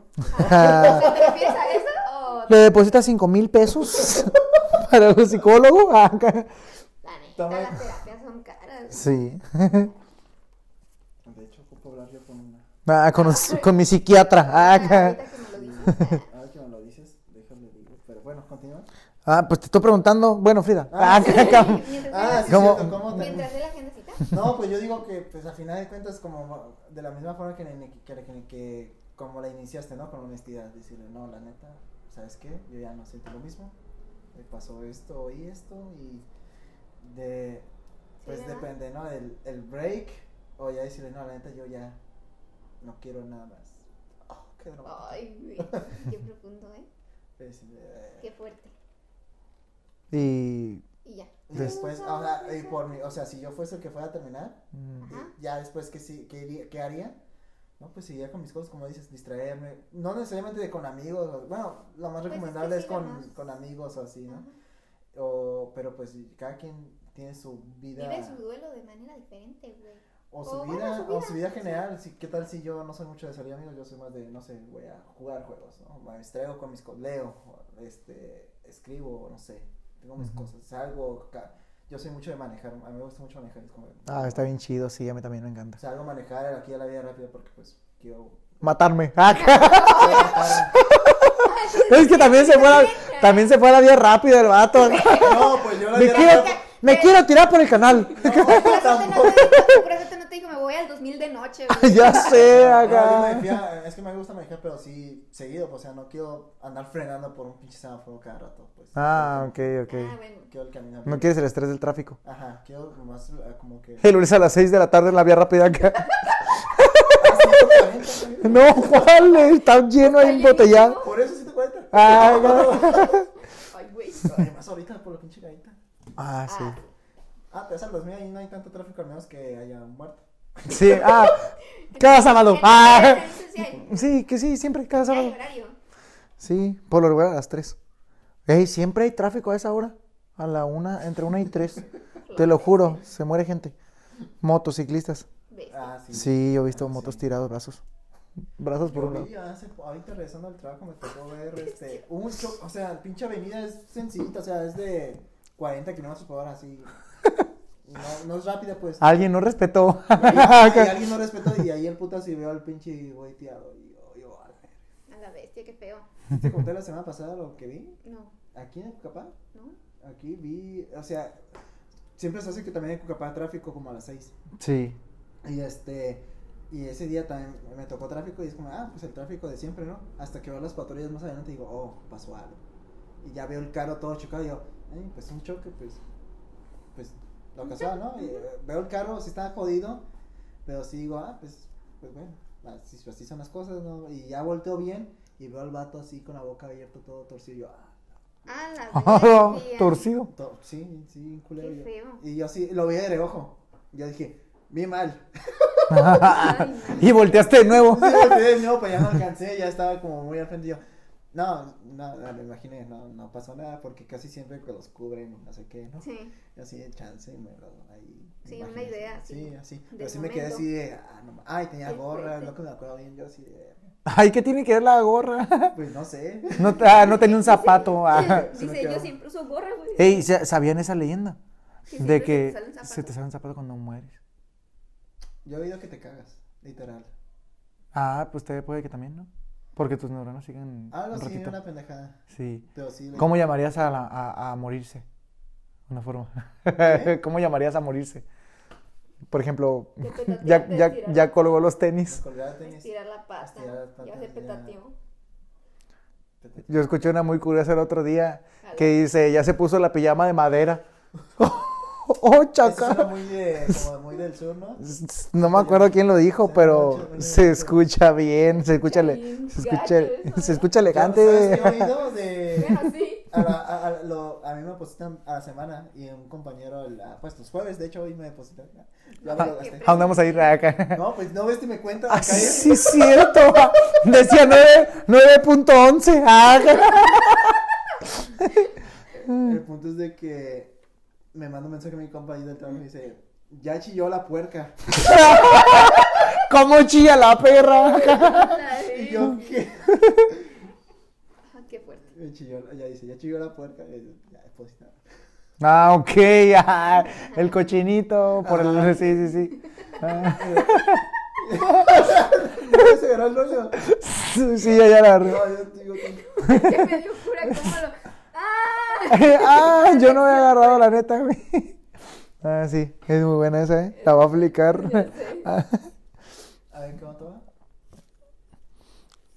S3: ah.
S2: O
S3: [laughs]
S2: sea, ¿Te refieres a eso o
S3: ¿Le depositas cinco mil pesos [laughs] para el psicólogo? Ah, ca-
S2: la neta,
S1: Toma.
S2: las terapias son caras?
S3: sí.
S1: De hecho, ocupo hablar yo con
S3: [laughs]
S1: una.
S3: Ah, con, un- con mi psiquiatra. Ah, ca-
S2: Ahorita que me lo dijiste.
S1: Ahora que me lo dices, déjame digo. Pero bueno, continúa.
S3: Ah, pues te estoy preguntando. Bueno, Frida.
S1: Ah,
S3: [laughs] Ah, ca- ca-
S2: Mientras
S1: Ah, sí,
S3: ¿Cómo?
S1: cierto, ¿cómo te-
S2: Mientras dé la agenda cita.
S1: No, pues yo digo que, pues a final de cuentas, como de la misma forma que, que, que- que- como la iniciaste, ¿no? Con honestidad, decirle, no, la neta, ¿sabes qué? Yo ya no siento lo mismo. Me pasó esto y esto, y de. Pues
S2: ¿verdad?
S1: depende, ¿no? El, el break, o ya decirle, no, la neta, yo ya no quiero nada más. Oh, qué dramático.
S2: Ay, güey. Qué profundo, ¿eh?
S1: Pues, eh,
S2: Qué fuerte.
S3: Y...
S2: Y ya.
S1: y después, ahora, y por mí, o sea, si yo fuese el que fuera a terminar,
S3: mm,
S2: Ajá.
S1: ya después que sí, ¿qué, iría- qué haría? No, pues seguiría con mis cosas, como dices, distraerme. No necesariamente de con amigos. o- bueno, lo más
S2: Pues es que
S1: recomendable es,
S2: sí, lo
S1: con,
S2: más-
S1: con amigos o así, ¿no?
S2: Ajá.
S1: O, pero pues cada quien tiene su vida.
S2: Vive su duelo de manera diferente,
S3: [laughs]
S2: güey.
S1: O
S2: o
S1: su
S2: bueno,
S1: vida,
S2: su
S1: o
S2: vida,
S1: su vida
S2: sí.
S1: general. Si, ¿Qué tal si yo no soy mucho de salir amigos? Yo soy más de, no sé, voy a jugar juegos, ¿no? Me distraigo con mis cosas, leo, o, este, escribo, no sé. Tengo mis
S3: Ujú.
S1: cosas, salgo. ca- Yo soy mucho de manejar, a mí me gusta mucho manejar. es como-
S3: Ah, está bien chido, sí, a mí también me encanta.
S1: Salgo a manejar aquí a la vida rápida porque pues quiero
S3: [laughs] Matarme. Ah, ca- [laughs] Es que también se
S2: [laughs]
S3: fue a, también se fue a la vía rápida el vato.
S1: No, pues yo la
S3: Me
S1: neta-
S3: quiero, [laughs] me quiero tirar por el canal.
S2: Por eso te no te dijo- por eso te no te digo, me voy al 2000 de noche, güey.
S3: [laughs] Ah, ya sé,
S1: No, yo me
S3: acá.
S1: fía- es que me gusta manejar, pero sí seguido, pues, o sea, no quiero andar frenando por un pinche semáforo cada rato, pues.
S3: Ah, ok,
S2: Ah,
S3: ok.
S2: bueno.
S1: Quiero el camino.
S3: No quieres el estrés del tráfico.
S1: Ajá, quiero más eh, como
S3: [laughs]
S1: que.
S3: El lunes a las 6 de la tarde en la vía rápida acá. [laughs]
S1: Ah, 140, güey.
S3: No, ¿cuál? Está lleno ahí embotellado.
S1: Por eso sí te cuenta.
S3: Ah, acá.
S2: Ay, güey.
S1: Además, ahorita por la pinche gallita.
S3: ah,
S2: Ah,
S3: sí.
S1: Ah, te vas al 2000 y no hay tanto tráfico, al menos que haya un muerto.
S3: Sí, ah. Cada sábado. Ah.
S2: Entonces, sí hay-
S3: Sí, que sí, siempre, cada
S2: sí hay
S3: sábado.
S2: horario.
S3: Sí, por lo regular a las 3. Ey, siempre hay tráfico a esa hora. A la una, entre una y tres. Te lo juro, se muere gente. Motociclistas.
S2: Ves.
S1: Ah, sí.
S3: Sí, yo he visto
S1: Ah,
S3: motos
S1: sí.
S3: tirados, brazos. Brazos por
S1: Yo
S3: un lado.
S1: vi hace po- ahorita regresando al trabajo me tocó ver este, un cho- o sea, la pinche avenida es sencillita, o sea, es de 40 kilómetros por hora, así. No, no es rápida, pues.
S3: Alguien no respetó. [laughs]
S1: Y, y alguien no respetó y ahí el puta si veo al pinche güey tirado. Y yo, yo, a la verga.
S2: A la bestia, qué feo.
S1: ¿Te conté la semana pasada lo que vi?
S2: No,
S1: Aquí en Cucapá,
S2: no.
S1: aquí vi, o sea, siempre se hace que también en Cucapá tráfico como a las 6.
S3: Sí.
S1: Y este, y ese día también me tocó tráfico y es como, ah, pues el tráfico de siempre, ¿no? Hasta que veo las patrullas más adelante y digo, oh, pasó algo. Y ya veo el carro todo chocado y yo, "Ay, pues un choque, pues, pues lo casual, ¿no? Y, eh, veo el carro, sí está jodido, pero sí digo, ah, pues, pues bueno, así, así son las cosas, ¿no? Y ya volteo bien y veo al vato así con la boca abierta, todo torcido, y yo, ah,
S3: [laughs]
S2: A la
S3: Ah,
S2: bestia.
S3: Torcido.
S1: to- sí, sí, culero.
S2: Qué
S1: yo.
S2: feo.
S1: Y yo sí, lo vi de reojo. Ya dije, vi mal.
S2: Ay,
S3: [laughs]
S2: no.
S3: y volteaste
S2: [laughs]
S3: de nuevo.
S1: no, pues ya no alcancé, ya estaba como muy al frente yo. No, no, no, me imaginé, no, no pasó nada porque casi siempre que los cubren, no sé qué, ¿no?
S2: Sí,
S1: Y así de chance y me lo ahí.
S2: Sí,
S1: imaginé
S2: una idea,
S1: así.
S2: sí,
S1: Sí, así.
S2: del
S1: Pero sí me quedé
S2: momento.
S1: así de, ah, no ma- ay, tenía
S2: Qué
S1: gorra,
S2: fuerte.
S1: no que me acuerdo bien, yo así
S2: [laughs]
S1: de,
S3: Ay, ¿qué tiene que ver la gorra? [laughs]
S1: pues no sé.
S3: No, te- ah, no tenía
S2: [laughs]
S3: un zapato. ah.
S1: se me
S2: dice, yo
S1: quedó.
S2: siempre uso gorra, güey.
S3: Ey, ¿sa- ¿sabían esa leyenda?
S2: Sí, siempre
S3: De
S2: se
S3: que
S2: te salen zapatos.
S3: se te sale un zapato cuando mueres.
S1: Yo he oído que te cagas, literal.
S3: Ah, pues te puede que también, ¿no? Porque tus neuronas siguen
S2: Ah,
S1: Algo
S3: un
S1: así,
S3: ratito.
S1: Ah, una pendejada.
S3: Sí.
S1: Pero sí, le-
S3: ¿Cómo llamarías a, la- a- a morirse? Una forma. [laughs] ¿Cómo llamarías a morirse? Por ejemplo,
S2: Yo petateaba,
S3: ya, ya,
S2: estiraba-
S3: ya colgó los
S1: me
S3: tenis.
S1: colgaba tenis.
S2: Estirar la
S1: Estirar las
S2: pata. Ya se
S1: patas, ya.
S2: petateó.
S3: Yo escuché una muy curiosa el otro día
S2: Ala.
S3: que dice, ya se puso la pijama de madera. [laughs] ¡Oh,
S1: Eso suena
S3: chaca!
S1: muy, de, como muy del sur,
S2: [laughs]
S1: ¿no?
S3: No me acuerdo quién lo dijo,
S1: Se
S3: pero
S1: escucha,
S3: se escucha bien, se escucha, le-
S2: bien
S3: se
S2: gacho
S3: escucha,
S2: eso,
S3: se
S2: ¿no?
S3: escucha
S1: ¿Sabes qué he
S3: elegante.
S1: oído?
S2: [laughs]
S1: De...
S2: Pero sí.
S1: A, la- a- a lo- a mí me depositan a la semana y un compañero, la- pues los jueves, de hecho, hoy me depositan. Ya me lo gasté.
S2: qué
S3: [laughs] Andamos a ir acá.
S1: No, pues no ves que me cuentas.
S3: Ah,
S1: me
S3: sí,
S1: caes.
S3: sí, es cierto. Decía 9 9.11. Ah, [laughs]
S1: El punto es de que me manda un mensaje a mi compa ahí del trabajo y dice: Ya chilló la puerca.
S3: ¿Cómo chilla la
S2: [laughs]
S3: perra?
S1: [laughs] Y yo, ¿qué?
S2: Ah, Qué fuerte. [laughs]
S1: Me chilló, ella dice: Ya chilló la puerca. Y yo, ya pues, [laughs] depositaron.
S3: Ah, ok. ah, el cochinito. Por el... Sí, sí, sí. Ah,
S1: Y se ganó el rollo.
S3: [laughs] sí, sí, ya, ya la
S1: No,
S3: arrugué.
S1: yo digo que-
S2: Que me dio cura cómo lo.
S3: [laughs]
S2: ¡Ah!
S3: Ah, yo no me he agarrado la neta, güey. Ah, sí. Es muy buena esa, ¿eh? La voy a aplicar. [laughs]
S2: Ya sé.
S3: Ah,
S1: A ver, ¿qué otro va?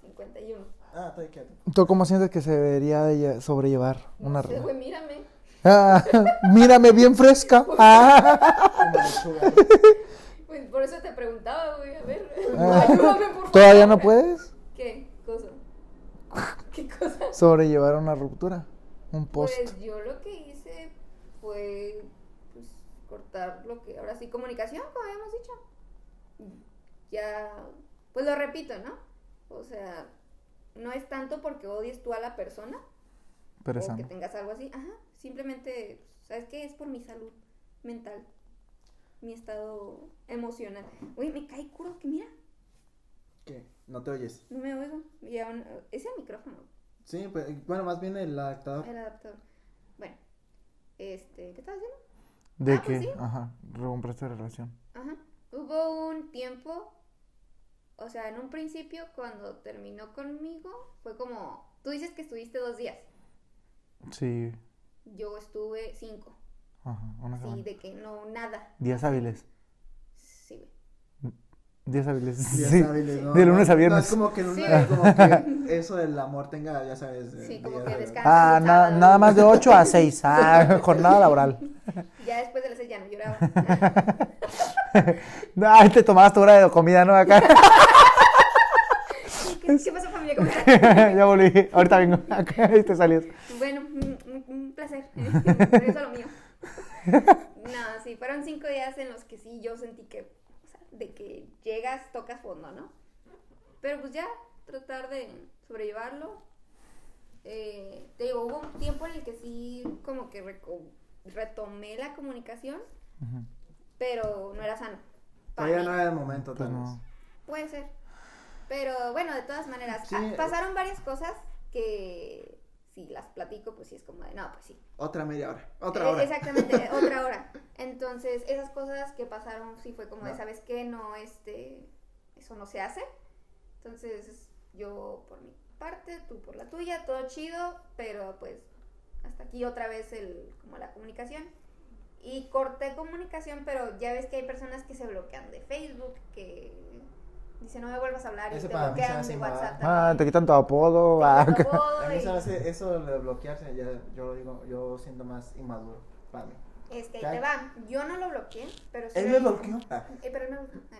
S2: 51.
S1: Ah, estoy [laughs] quieto.
S3: ¿Tú cómo sientes que se debería de lle- sobrellevar una
S2: Sí,
S3: relación?
S2: güey, mírame.
S3: Ah, [laughs] mírame
S2: [laughs]
S3: bien fresca. Ah,
S1: Como lechuga.
S2: Pues por eso te preguntaba, güey. A ver,
S3: Ah.
S2: [laughs] ayúdame, por favor.
S3: ¿Todavía no puedes
S2: ¿Qué
S3: [laughs]
S2: cosa? ¿Qué cosa?
S3: sobrellevar una ruptura? Un post.
S2: Pues yo lo que hice fue pues, cortar lo que. Ahora sí, comunicación, como habíamos dicho. Ya. Pues lo repito, ¿no? O sea, no es tanto porque odies tú a la persona
S3: Pero
S2: o
S3: esa
S2: que
S3: no.
S2: tengas algo así. Ajá. Simplemente, ¿sabes qué? Es por mi salud mental. Mi estado emocional. Uy, me cae curo que mira,
S1: ¿Qué? No te oyes.
S2: no me oigo. Y aún- es el micrófono.
S1: Sí, pues, bueno, más bien el adaptador.
S2: El adaptador. Bueno, este, ¿qué estaba diciendo?
S3: De
S2: Ah,
S3: que,
S2: pues sí.
S3: ajá, recompraste relación.
S2: Ajá. Hubo un tiempo, o sea, en un principio cuando terminó conmigo, fue como, tú dices que estuviste dos días,
S3: Sí,
S2: yo estuve cinco,
S3: ajá, una
S2: sí,
S3: semana.
S2: de que no, nada,
S3: Días hábiles.
S2: sí, güey.
S3: Días hábiles.
S1: Días
S3: sí.
S1: hábiles, ¿no?
S3: De lunes a
S1: No,
S3: viernes.
S1: es como que, en una-
S2: Sí.
S1: como que eso del amor tenga, ya sabes. eh,
S2: Sí, como
S1: días
S2: que
S1: de-
S2: descansa.
S3: Ah,
S2: un
S3: na-
S2: sábado.
S3: nada más de 8 a 6. Ah, [laughs] jornada laboral.
S2: Ya después de las seis ya no lloraba.
S3: [laughs] Ay, te tomabas tu hora de comida, ¿no? Acá. [laughs]
S2: ¿Qué, qué pasó familia? ¿Cómo
S3: [laughs]
S2: estás?
S3: ya volví. Ahorita vengo. [laughs] Acá y te salías.
S2: Bueno, un, un- un placer. [laughs] Regreso a lo mío. No, sí, fueron cinco días en los que sí yo sentí que, o sea, de que llegas, tocas fondo, ¿no? Pero pues ya, tratar de sobrellevarlo. Eh, te digo, hubo un tiempo en el que sí, como que reco- retomé la comunicación,
S3: Ujú.
S2: pero no era sano. Para
S1: Todavía
S2: mí.
S1: no era el momento,
S3: Pues
S1: tal vez.
S3: no.
S2: Puede ser. Pero bueno, de todas maneras,
S1: Sí,
S2: ah,
S1: eh.
S2: pasaron varias cosas que si las platico, pues sí es como de, no, pues sí.
S1: Otra media hora.
S2: Eh,
S1: Otra hora. [laughs]
S2: Exactamente, eh, otra hora. Entonces, esas cosas que pasaron sí fue como de,
S1: No.
S2: ¿sabes qué? No, este, eso no se hace. Entonces, yo por mi parte, tú por la tuya, todo chido, pero pues hasta aquí otra vez el, como la comunicación. Y corté comunicación, pero ya ves que hay personas que se bloquean de Facebook, que dicen no me vuelvas a hablar y
S1: Ese
S2: te
S1: para mí se
S2: bloquean
S1: hace
S2: de
S1: mal.
S2: WhatsApp.
S3: Ah, te
S2: también.
S3: quitan tu apodo. Ah,
S2: Te
S3: acá.
S2: bloquean todo
S1: A mí se me
S2: y-
S1: hace eso de bloquearse, ya, yo lo digo, yo siento más inmaduro para mí.
S2: Es que ahí te va. Yo no lo bloqueé, pero sí
S1: Él
S2: lo
S1: me
S2: hice.
S1: bloqueó. Ah,
S2: Eh, pero no, ah.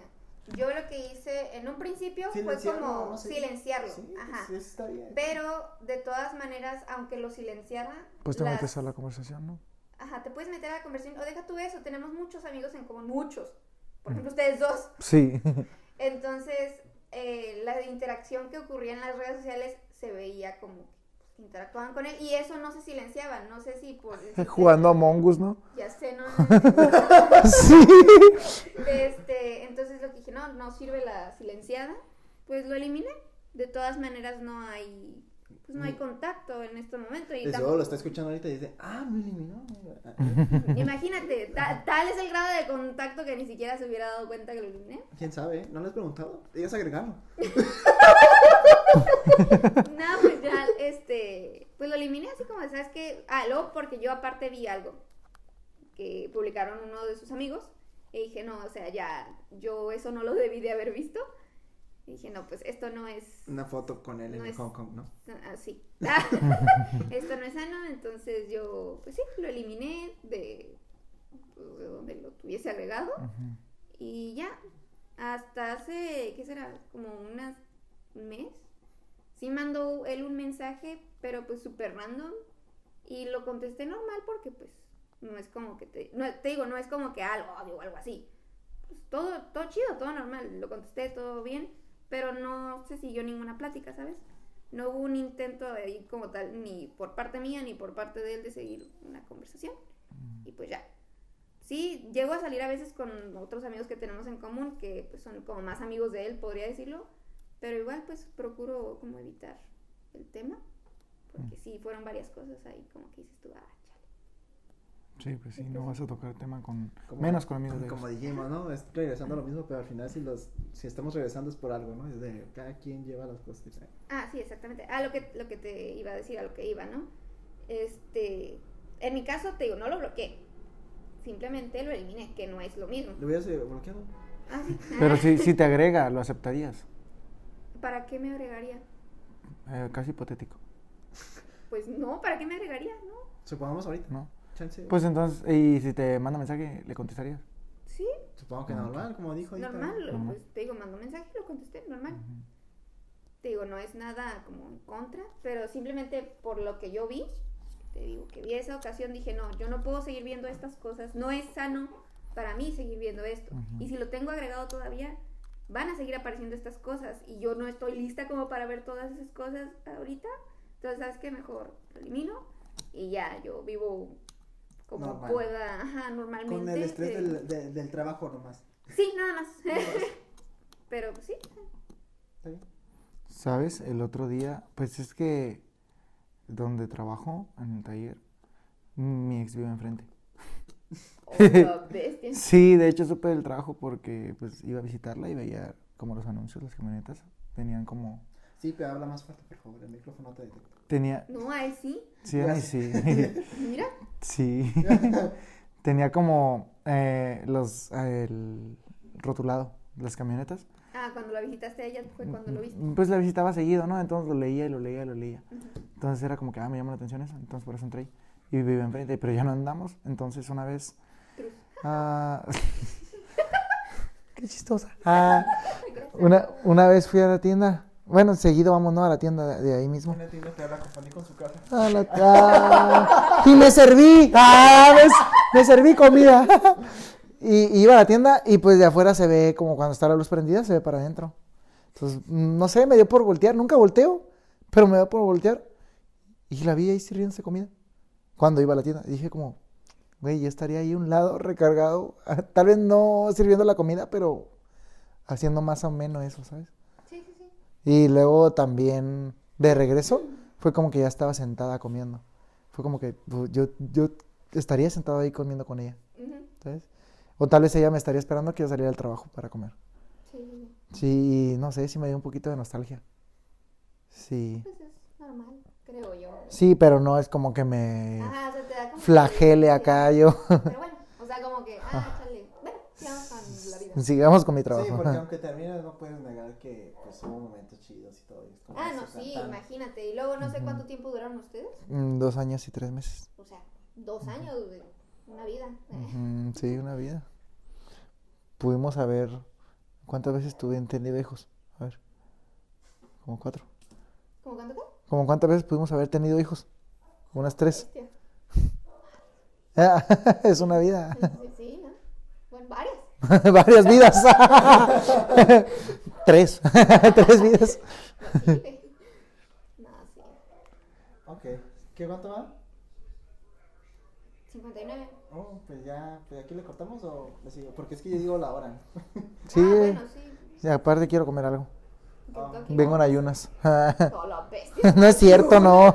S2: Yo lo que hice en un principio fue
S1: silenciarlo,
S2: como
S1: no sé.
S2: silenciarlo.
S1: Sí,
S2: ajá.
S1: sí, está bien.
S2: Pero de todas maneras, aunque lo silenciara,
S3: Pues te
S2: las-
S3: metes a la conversación, ¿no?
S2: ajá, te puedes meter a la conversión, o deja tú eso, tenemos muchos amigos en común, muchos, por ejemplo ustedes dos,
S3: Sí.
S2: entonces eh, la interacción que ocurría en las redes sociales se veía como que interactuaban con él, y eso no se silenciaba, no sé si por... el
S3: [laughs] Jugando a Mongus, ¿no?
S2: Ya sé, no, no, no.
S3: [laughs] Sí.
S2: Este, entonces lo que dije, no, no sirve la silenciada, pues lo eliminé. De todas maneras no hay, pues no hay contacto en este momento. Y
S1: Mm. Desde
S2: tam-
S1: luego lo está escuchando ahorita y dice, ah, me
S3: [laughs]
S1: eliminó. Ah,
S2: Imagínate, ta- tal es el grado de contacto que ni siquiera se hubiera dado cuenta que lo eliminé.
S1: ¿Quién sabe? eh? ¿No lo has preguntado? Ellos agregaron.
S2: Nada,
S1: [laughs]
S2: pues ya, este, pues lo eliminé así como, ¿sabes que Ah, luego porque yo aparte vi algo que publicaron uno de sus amigos y dije, no, o sea, ya, yo eso no lo debí de haber visto. Y dije, no, pues esto no es...
S1: Una foto con él en
S2: No es-
S1: Hong Kong, ¿no?
S2: Ah, sí. Esto no es sano, entonces yo, pues sí, lo eliminé de, de donde lo tuviese agregado y ya, hasta hace, ¿qué será? Como unas- un mes. Sí mandó él un mensaje, pero pues súper random y lo contesté normal porque pues no es como que te, no, te digo, no es como que algo odio o algo así. Pues, todo, todo chido, todo normal, lo contesté todo bien, pero no se siguió ninguna plática, ¿sabes? no hubo un intento de ahí como tal, ni por parte mía, ni por parte de él, de seguir una conversación. Y pues ya. Sí, llego a salir a veces con otros amigos que tenemos en común, que pues, son como más amigos de él, podría decirlo, pero igual pues procuro como evitar el tema, porque sí, fueron varias cosas ahí como que dices tú, ah, chale.
S3: Sí, pues sí, no vas a tocar tema con.
S1: Como-
S3: menos con amigos de
S1: Como
S3: ellos.
S1: dijimos, ¿no? Es regresando a lo mismo, pero al final si los si estamos regresando es por algo, ¿no? Es de cada quien lleva las cosas diferentes.
S2: Ah, sí, exactamente. Ah, lo que, lo que te iba a decir, a lo que iba, ¿no? Este, en mi caso te digo, no lo bloqueé, simplemente lo eliminé, que no es lo mismo.
S1: ¿Lo hubieras eh, bloqueado?
S2: Ah, sí.
S3: Pero si, si te agrega, lo aceptarías.
S2: ¿Para qué me agregaría?
S3: Eh, casi hipotético,
S2: Pues no, ¿para qué me agregaría? No.
S1: Supongamos ahorita.
S3: ¿no?
S1: Chance.
S3: Pues entonces, y si te manda mensaje, le contestarías.
S2: Sí,
S1: Supongo que
S3: Ah, ok.
S1: normal, como dijo ahorita.
S2: normal. lo-
S3: Normal.
S2: Pues, te digo, mando mensaje y lo contesté, normal. Te digo, no es nada como en contra, pero simplemente por lo que yo vi, te digo que vi esa ocasión, dije, no, yo no puedo seguir viendo estas cosas, no es sano para mí seguir viendo esto.
S3: Ujú.
S2: Y si lo tengo agregado todavía, van a seguir apareciendo estas cosas y yo no estoy lista como para ver todas esas cosas ahorita. Entonces, ¿sabes qué? Mejor lo elimino y ya, yo vivo como
S1: Normal.
S2: pueda, ajá, normalmente.
S1: Con el estrés
S2: eh,
S1: del, de- del trabajo nomás.
S2: Sí, nada más. [laughs] Pero [laughs] pues, sí,
S1: ¿Está bien?
S3: ¿Sabes? El otro día, pues es que donde trabajo, en el taller, mi ex vive enfrente.
S2: Oh, bestia.
S3: Sí, de hecho supe del trabajo porque pues iba a visitarla y veía como los anuncios, las camionetas, tenían como...
S1: Sí, pero habla más fuerte, por favor. El micrófono te detecta.
S3: Tenía...
S2: No, a él sí.
S3: Sí, ay, sí.
S2: Mira,
S3: Sí. Tenía como eh, los... el rotulado, las camionetas.
S2: ah, cuando la visitaste a ella fue cuando lo viste.
S3: Pues la visitaba seguido, ¿no? Entonces lo leía y lo leía y lo leía. Entonces era como que, ah, me llama la atención eso. Entonces por eso entré ahí. Y vive enfrente, pero ya no andamos. Entonces una vez...
S2: Trus.
S3: ah, Qué chistosa. Ah, una, una vez fui a la tienda. Bueno, seguido vamos, ¿no? A la tienda de, de ahí mismo.
S1: Una tienda que habla confundí con su casa.
S3: A la- ah, y me serví. Ah, ¿ves? Me serví comida. Y, y iba a la tienda y pues de afuera se ve como cuando está la luz prendida, se ve para adentro. Entonces, mm, no sé, me dio por voltear. Nunca volteo, pero me dio por voltear. Y la vi ahí sirviéndose comida. Cuando iba a la tienda. Y dije como, güey, yo estaría ahí a un lado recargado. [laughs] Tal vez no sirviendo la comida, pero haciendo más o menos eso, ¿sabes?
S2: Sí, sí, sí.
S3: Y luego también de regreso fue como que ya estaba sentada comiendo. Fue como que pues, yo, yo estaría sentado ahí comiendo con ella,
S2: Ujú.
S3: ¿sabes? O tal vez ella me estaría esperando que yo saliera del trabajo para comer.
S2: Sí, sí, sí.
S3: Sí, y no sé, sí me dio un poquito de nostalgia. Sí.
S2: Pues es normal, creo yo.
S3: Sí, pero no es como que me
S2: Ajá, o sea, te da como.
S3: flagele acá yo.
S2: Pero bueno, o sea, como que, ah, chale. Bueno, sigamos con la vida.
S3: [laughs] Sigamos con mi
S1: Sí,
S3: trabajo.
S1: porque aunque termines no puedes negar que pues, hubo momentos chidos y todo. y es como
S2: Ah,
S1: eso,
S2: no, sí,
S1: tan-
S2: imagínate. Y luego no sé cuánto tiempo duraron ustedes.
S3: [laughs] Mm, Dos años y tres meses.
S2: O sea, dos años de una vida.
S3: Ujú, Sí, una vida. Pudimos saber cuántas veces tuve en tenido hijos. A ver. Como cuatro.
S2: [laughs] ¿Cómo cuánto qué?
S3: [laughs] Como cuántas veces pudimos haber tenido hijos. Unas tres.
S2: Bestia.
S3: Ah, [laughs] es una vida. [laughs]
S2: Sí, ¿no? Bueno, varias.
S3: Varias vidas. [laughs] Tres. [laughs] Tres vidas.
S2: Sí, güey.
S3: [laughs]
S2: No, sí.
S1: Ok. ¿Qué cuánto va?
S2: 59.
S1: Oh, pues ya, pues aquí le cortamos o le sigo, porque es que yo digo la hora.
S3: Sí.
S2: Ah, bueno, sí.
S3: Y aparte quiero comer algo.
S2: TikTok.
S3: Ah. Vengo en ayunas. [laughs]
S2: Oh, la bestia.
S3: no es
S2: [laughs]
S3: cierto, no.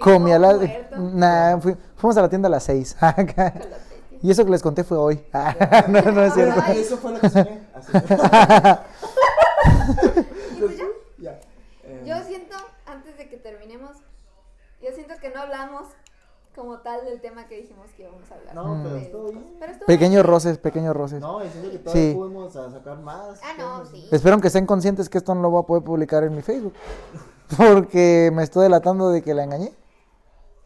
S3: Comí a las...
S2: Muerto.
S3: Nah, fui- fuimos a la tienda a las seis.
S2: [laughs]
S3: [laughs]
S2: Con la bestia.
S3: y eso que les conté fue hoy. [laughs] no, no es Ah, cierto.
S2: Ay.
S1: Ah, Eso fue lo que soñé. Así.
S3: [laughs]
S2: Y pues ya.
S1: [laughs] ya. Eh,
S2: Yo siento, antes de que terminemos, yo siento que no hablamos como tal del tema que dijimos que íbamos a hablar.
S1: No, pero
S2: De-
S1: estuvo bien.
S2: pero estuvo
S3: Pequeños
S2: bien.
S3: roces, pequeños roces.
S1: No, y siento que todavía
S3: Sí.
S1: pudimos a sacar más.
S2: Ah, no,
S1: cosas.
S2: sí.
S3: Espero que estén conscientes que esto no lo voy a poder publicar en mi Facebook. [laughs] Porque me estoy delatando de que la engañé.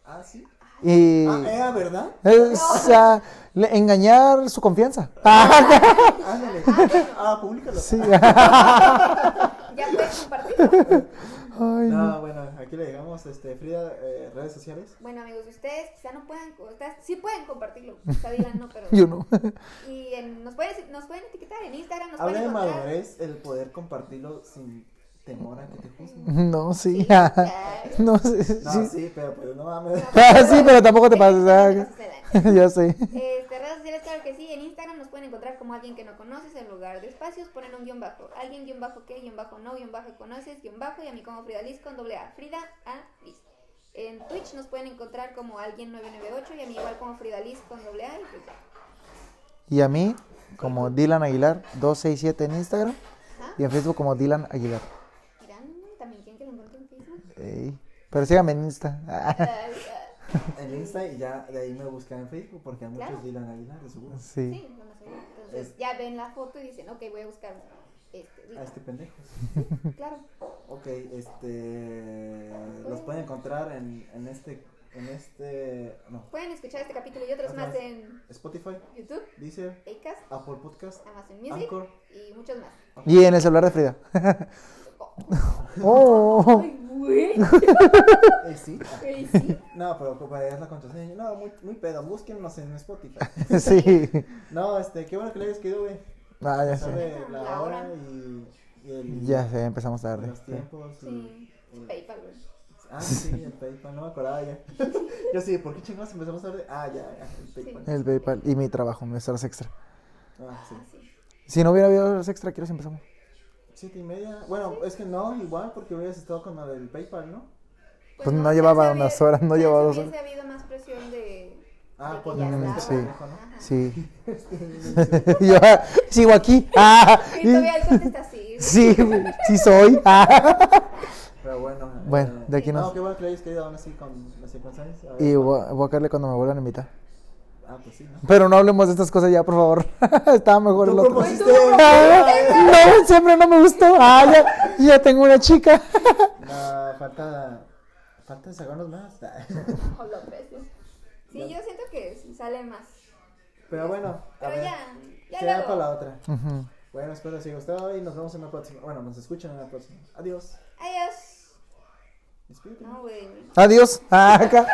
S1: Ah, sí.
S3: Y.
S1: Ah, eh. ¿era verdad?
S3: es, ah, le- engañar su confianza. Ah,
S1: Ándale. [laughs] Ah, públicalo.
S3: Sí. [laughs]
S2: Ya puedes compartirlo.
S3: Ay, no.
S1: No, bueno, aquí le llegamos, este, Frida, eh, redes sociales.
S2: Bueno, amigos, ustedes quizá no puedan, ustedes sí pueden compartirlo. Quizá dirán no, pero.
S3: [laughs] Yo no.
S2: Y en- nos, pueden, nos pueden etiquetar en Instagram, nos
S1: Habla de
S2: pueden encontrar.
S1: madurez, el poder compartirlo sin temor a que te juzguen.
S3: No, sí.
S2: ya.
S3: [laughs] No, sí. sí.
S1: No, sí, pero pues no mames. [laughs]
S3: Ah, sí, pero tampoco te pases.
S2: Técnicamente no
S3: ah,
S2: se dan.
S3: [laughs] Ya sé.
S2: Este, redes sociales, claro que sí. En Instagram nos pueden encontrar como alguien que no conoces en lugar de espacios. Ponen un guión bajo. Alguien guión bajo que, guión bajo no, guión bajo que conoces, guión bajo. Y a mí como Frida Liz con doble A. Frida A. Liz. En Twitch nos pueden encontrar como alguien 998 y a mí igual como Frida Liz con doble A. Y pues ya.
S3: Y a mí, como Dylan Aguilar, 267 en Instagram.
S2: Ajá.
S3: Y en Facebook, como Dylan Aguilar.
S2: Miran, también quieren que lo encuentren en
S3: [laughs]
S2: Facebook.
S3: Ey, Pero síganme en Insta. [laughs]
S2: Ay, ah,
S1: En Insta y ya de ahí me buscan en Facebook porque a muchos
S2: Claro.
S1: Dylan Aguilar, de seguro.
S3: Sí.
S2: sí, no lo sé. Entonces ya ven la foto y dicen, ok, voy a buscar. Este,
S1: A
S2: Liz".
S1: este pendejo.
S2: claro.
S1: Ok, este. Los pueden encontrar en, en este. En este. No.
S2: Pueden escuchar este capítulo y otros
S1: Ajá.
S2: más en
S1: Spotify,
S2: YouTube,
S1: Deezer,
S2: Acast,
S1: Apple Podcast,
S2: Amazon Music
S1: Anchor.
S2: y muchos más.
S3: Y en el celular de Frida. Oh.
S2: Ay, güey.
S1: Eh, sí.
S2: Güey, sí.
S1: No, pero pues, ocuparías la contraseña. No, muy, muy pedo. Búsquennos en Spotify.
S3: [laughs] Sí.
S1: No, este, qué bueno que le hayas quedado, güey.
S3: Ah, ya sé.
S1: Sabe la,
S2: La hora.
S1: hora y, y el.
S3: Ya sé, empezamos tarde.
S1: Los
S3: sí.
S1: tiempos y.
S2: Sí. Es PayPal, güey.
S1: Ah, sí, el PayPal, no me acordaba ya. [laughs] Yo sí, ¿por qué chingados empezamos tarde? Ah, ya, ya, el PayPal.
S3: El PayPal y mi trabajo, mis horas extra.
S1: Ah, sí.
S2: Ah, sí.
S3: Si no hubiera habido horas extra, ¿quieres empezamos?
S1: Siete y media. Bueno, es que no, igual, porque hubieras estado con la del PayPal, ¿no?
S3: Pues no llevaba
S2: chance
S3: unas
S2: había-
S3: horas, no
S2: chance
S3: llevaba dos
S2: hubiese habido más presión de.
S1: Ah,
S2: de
S1: por
S2: que ya
S1: la
S2: estaba.
S3: Sí.
S2: Ajá.
S3: Sí. [laughs] Yo ah, sigo aquí. Ah,
S2: Y todavía él contesta así.
S3: [laughs] sí, sí soy. Ah.
S1: Pero bueno. eh,
S3: Bueno, de aquí
S1: no.
S3: nos-
S1: qué bueno que le hayas querido aún así con las circunstancias. A ver,
S3: Y voy a, voy a caerle cuando me vuelvan a invitar.
S1: Ah, pues sí, ¿no?
S3: Pero no hablemos de estas cosas ya, por favor. [laughs] Estaba mejor el otro.
S1: propusiste-
S3: Ah, no, siempre no me gustó. Ah, ya, ya tengo una chica.
S1: No, falta. Falta sacarnos más. [laughs]
S2: O lo bestia. Sí, yo siento que sale más.
S1: Pero bueno, a
S2: Pero
S1: ver.
S2: ya, ya
S1: será
S2: luego.
S1: para la otra.
S3: Ujú.
S1: Bueno, espero les haya gustado y nos vemos en la próxima. Bueno, nos escuchan en la próxima. Adiós.
S2: Adiós.
S1: Despídete.
S2: No, güey.
S3: Adiós. Ah, acá.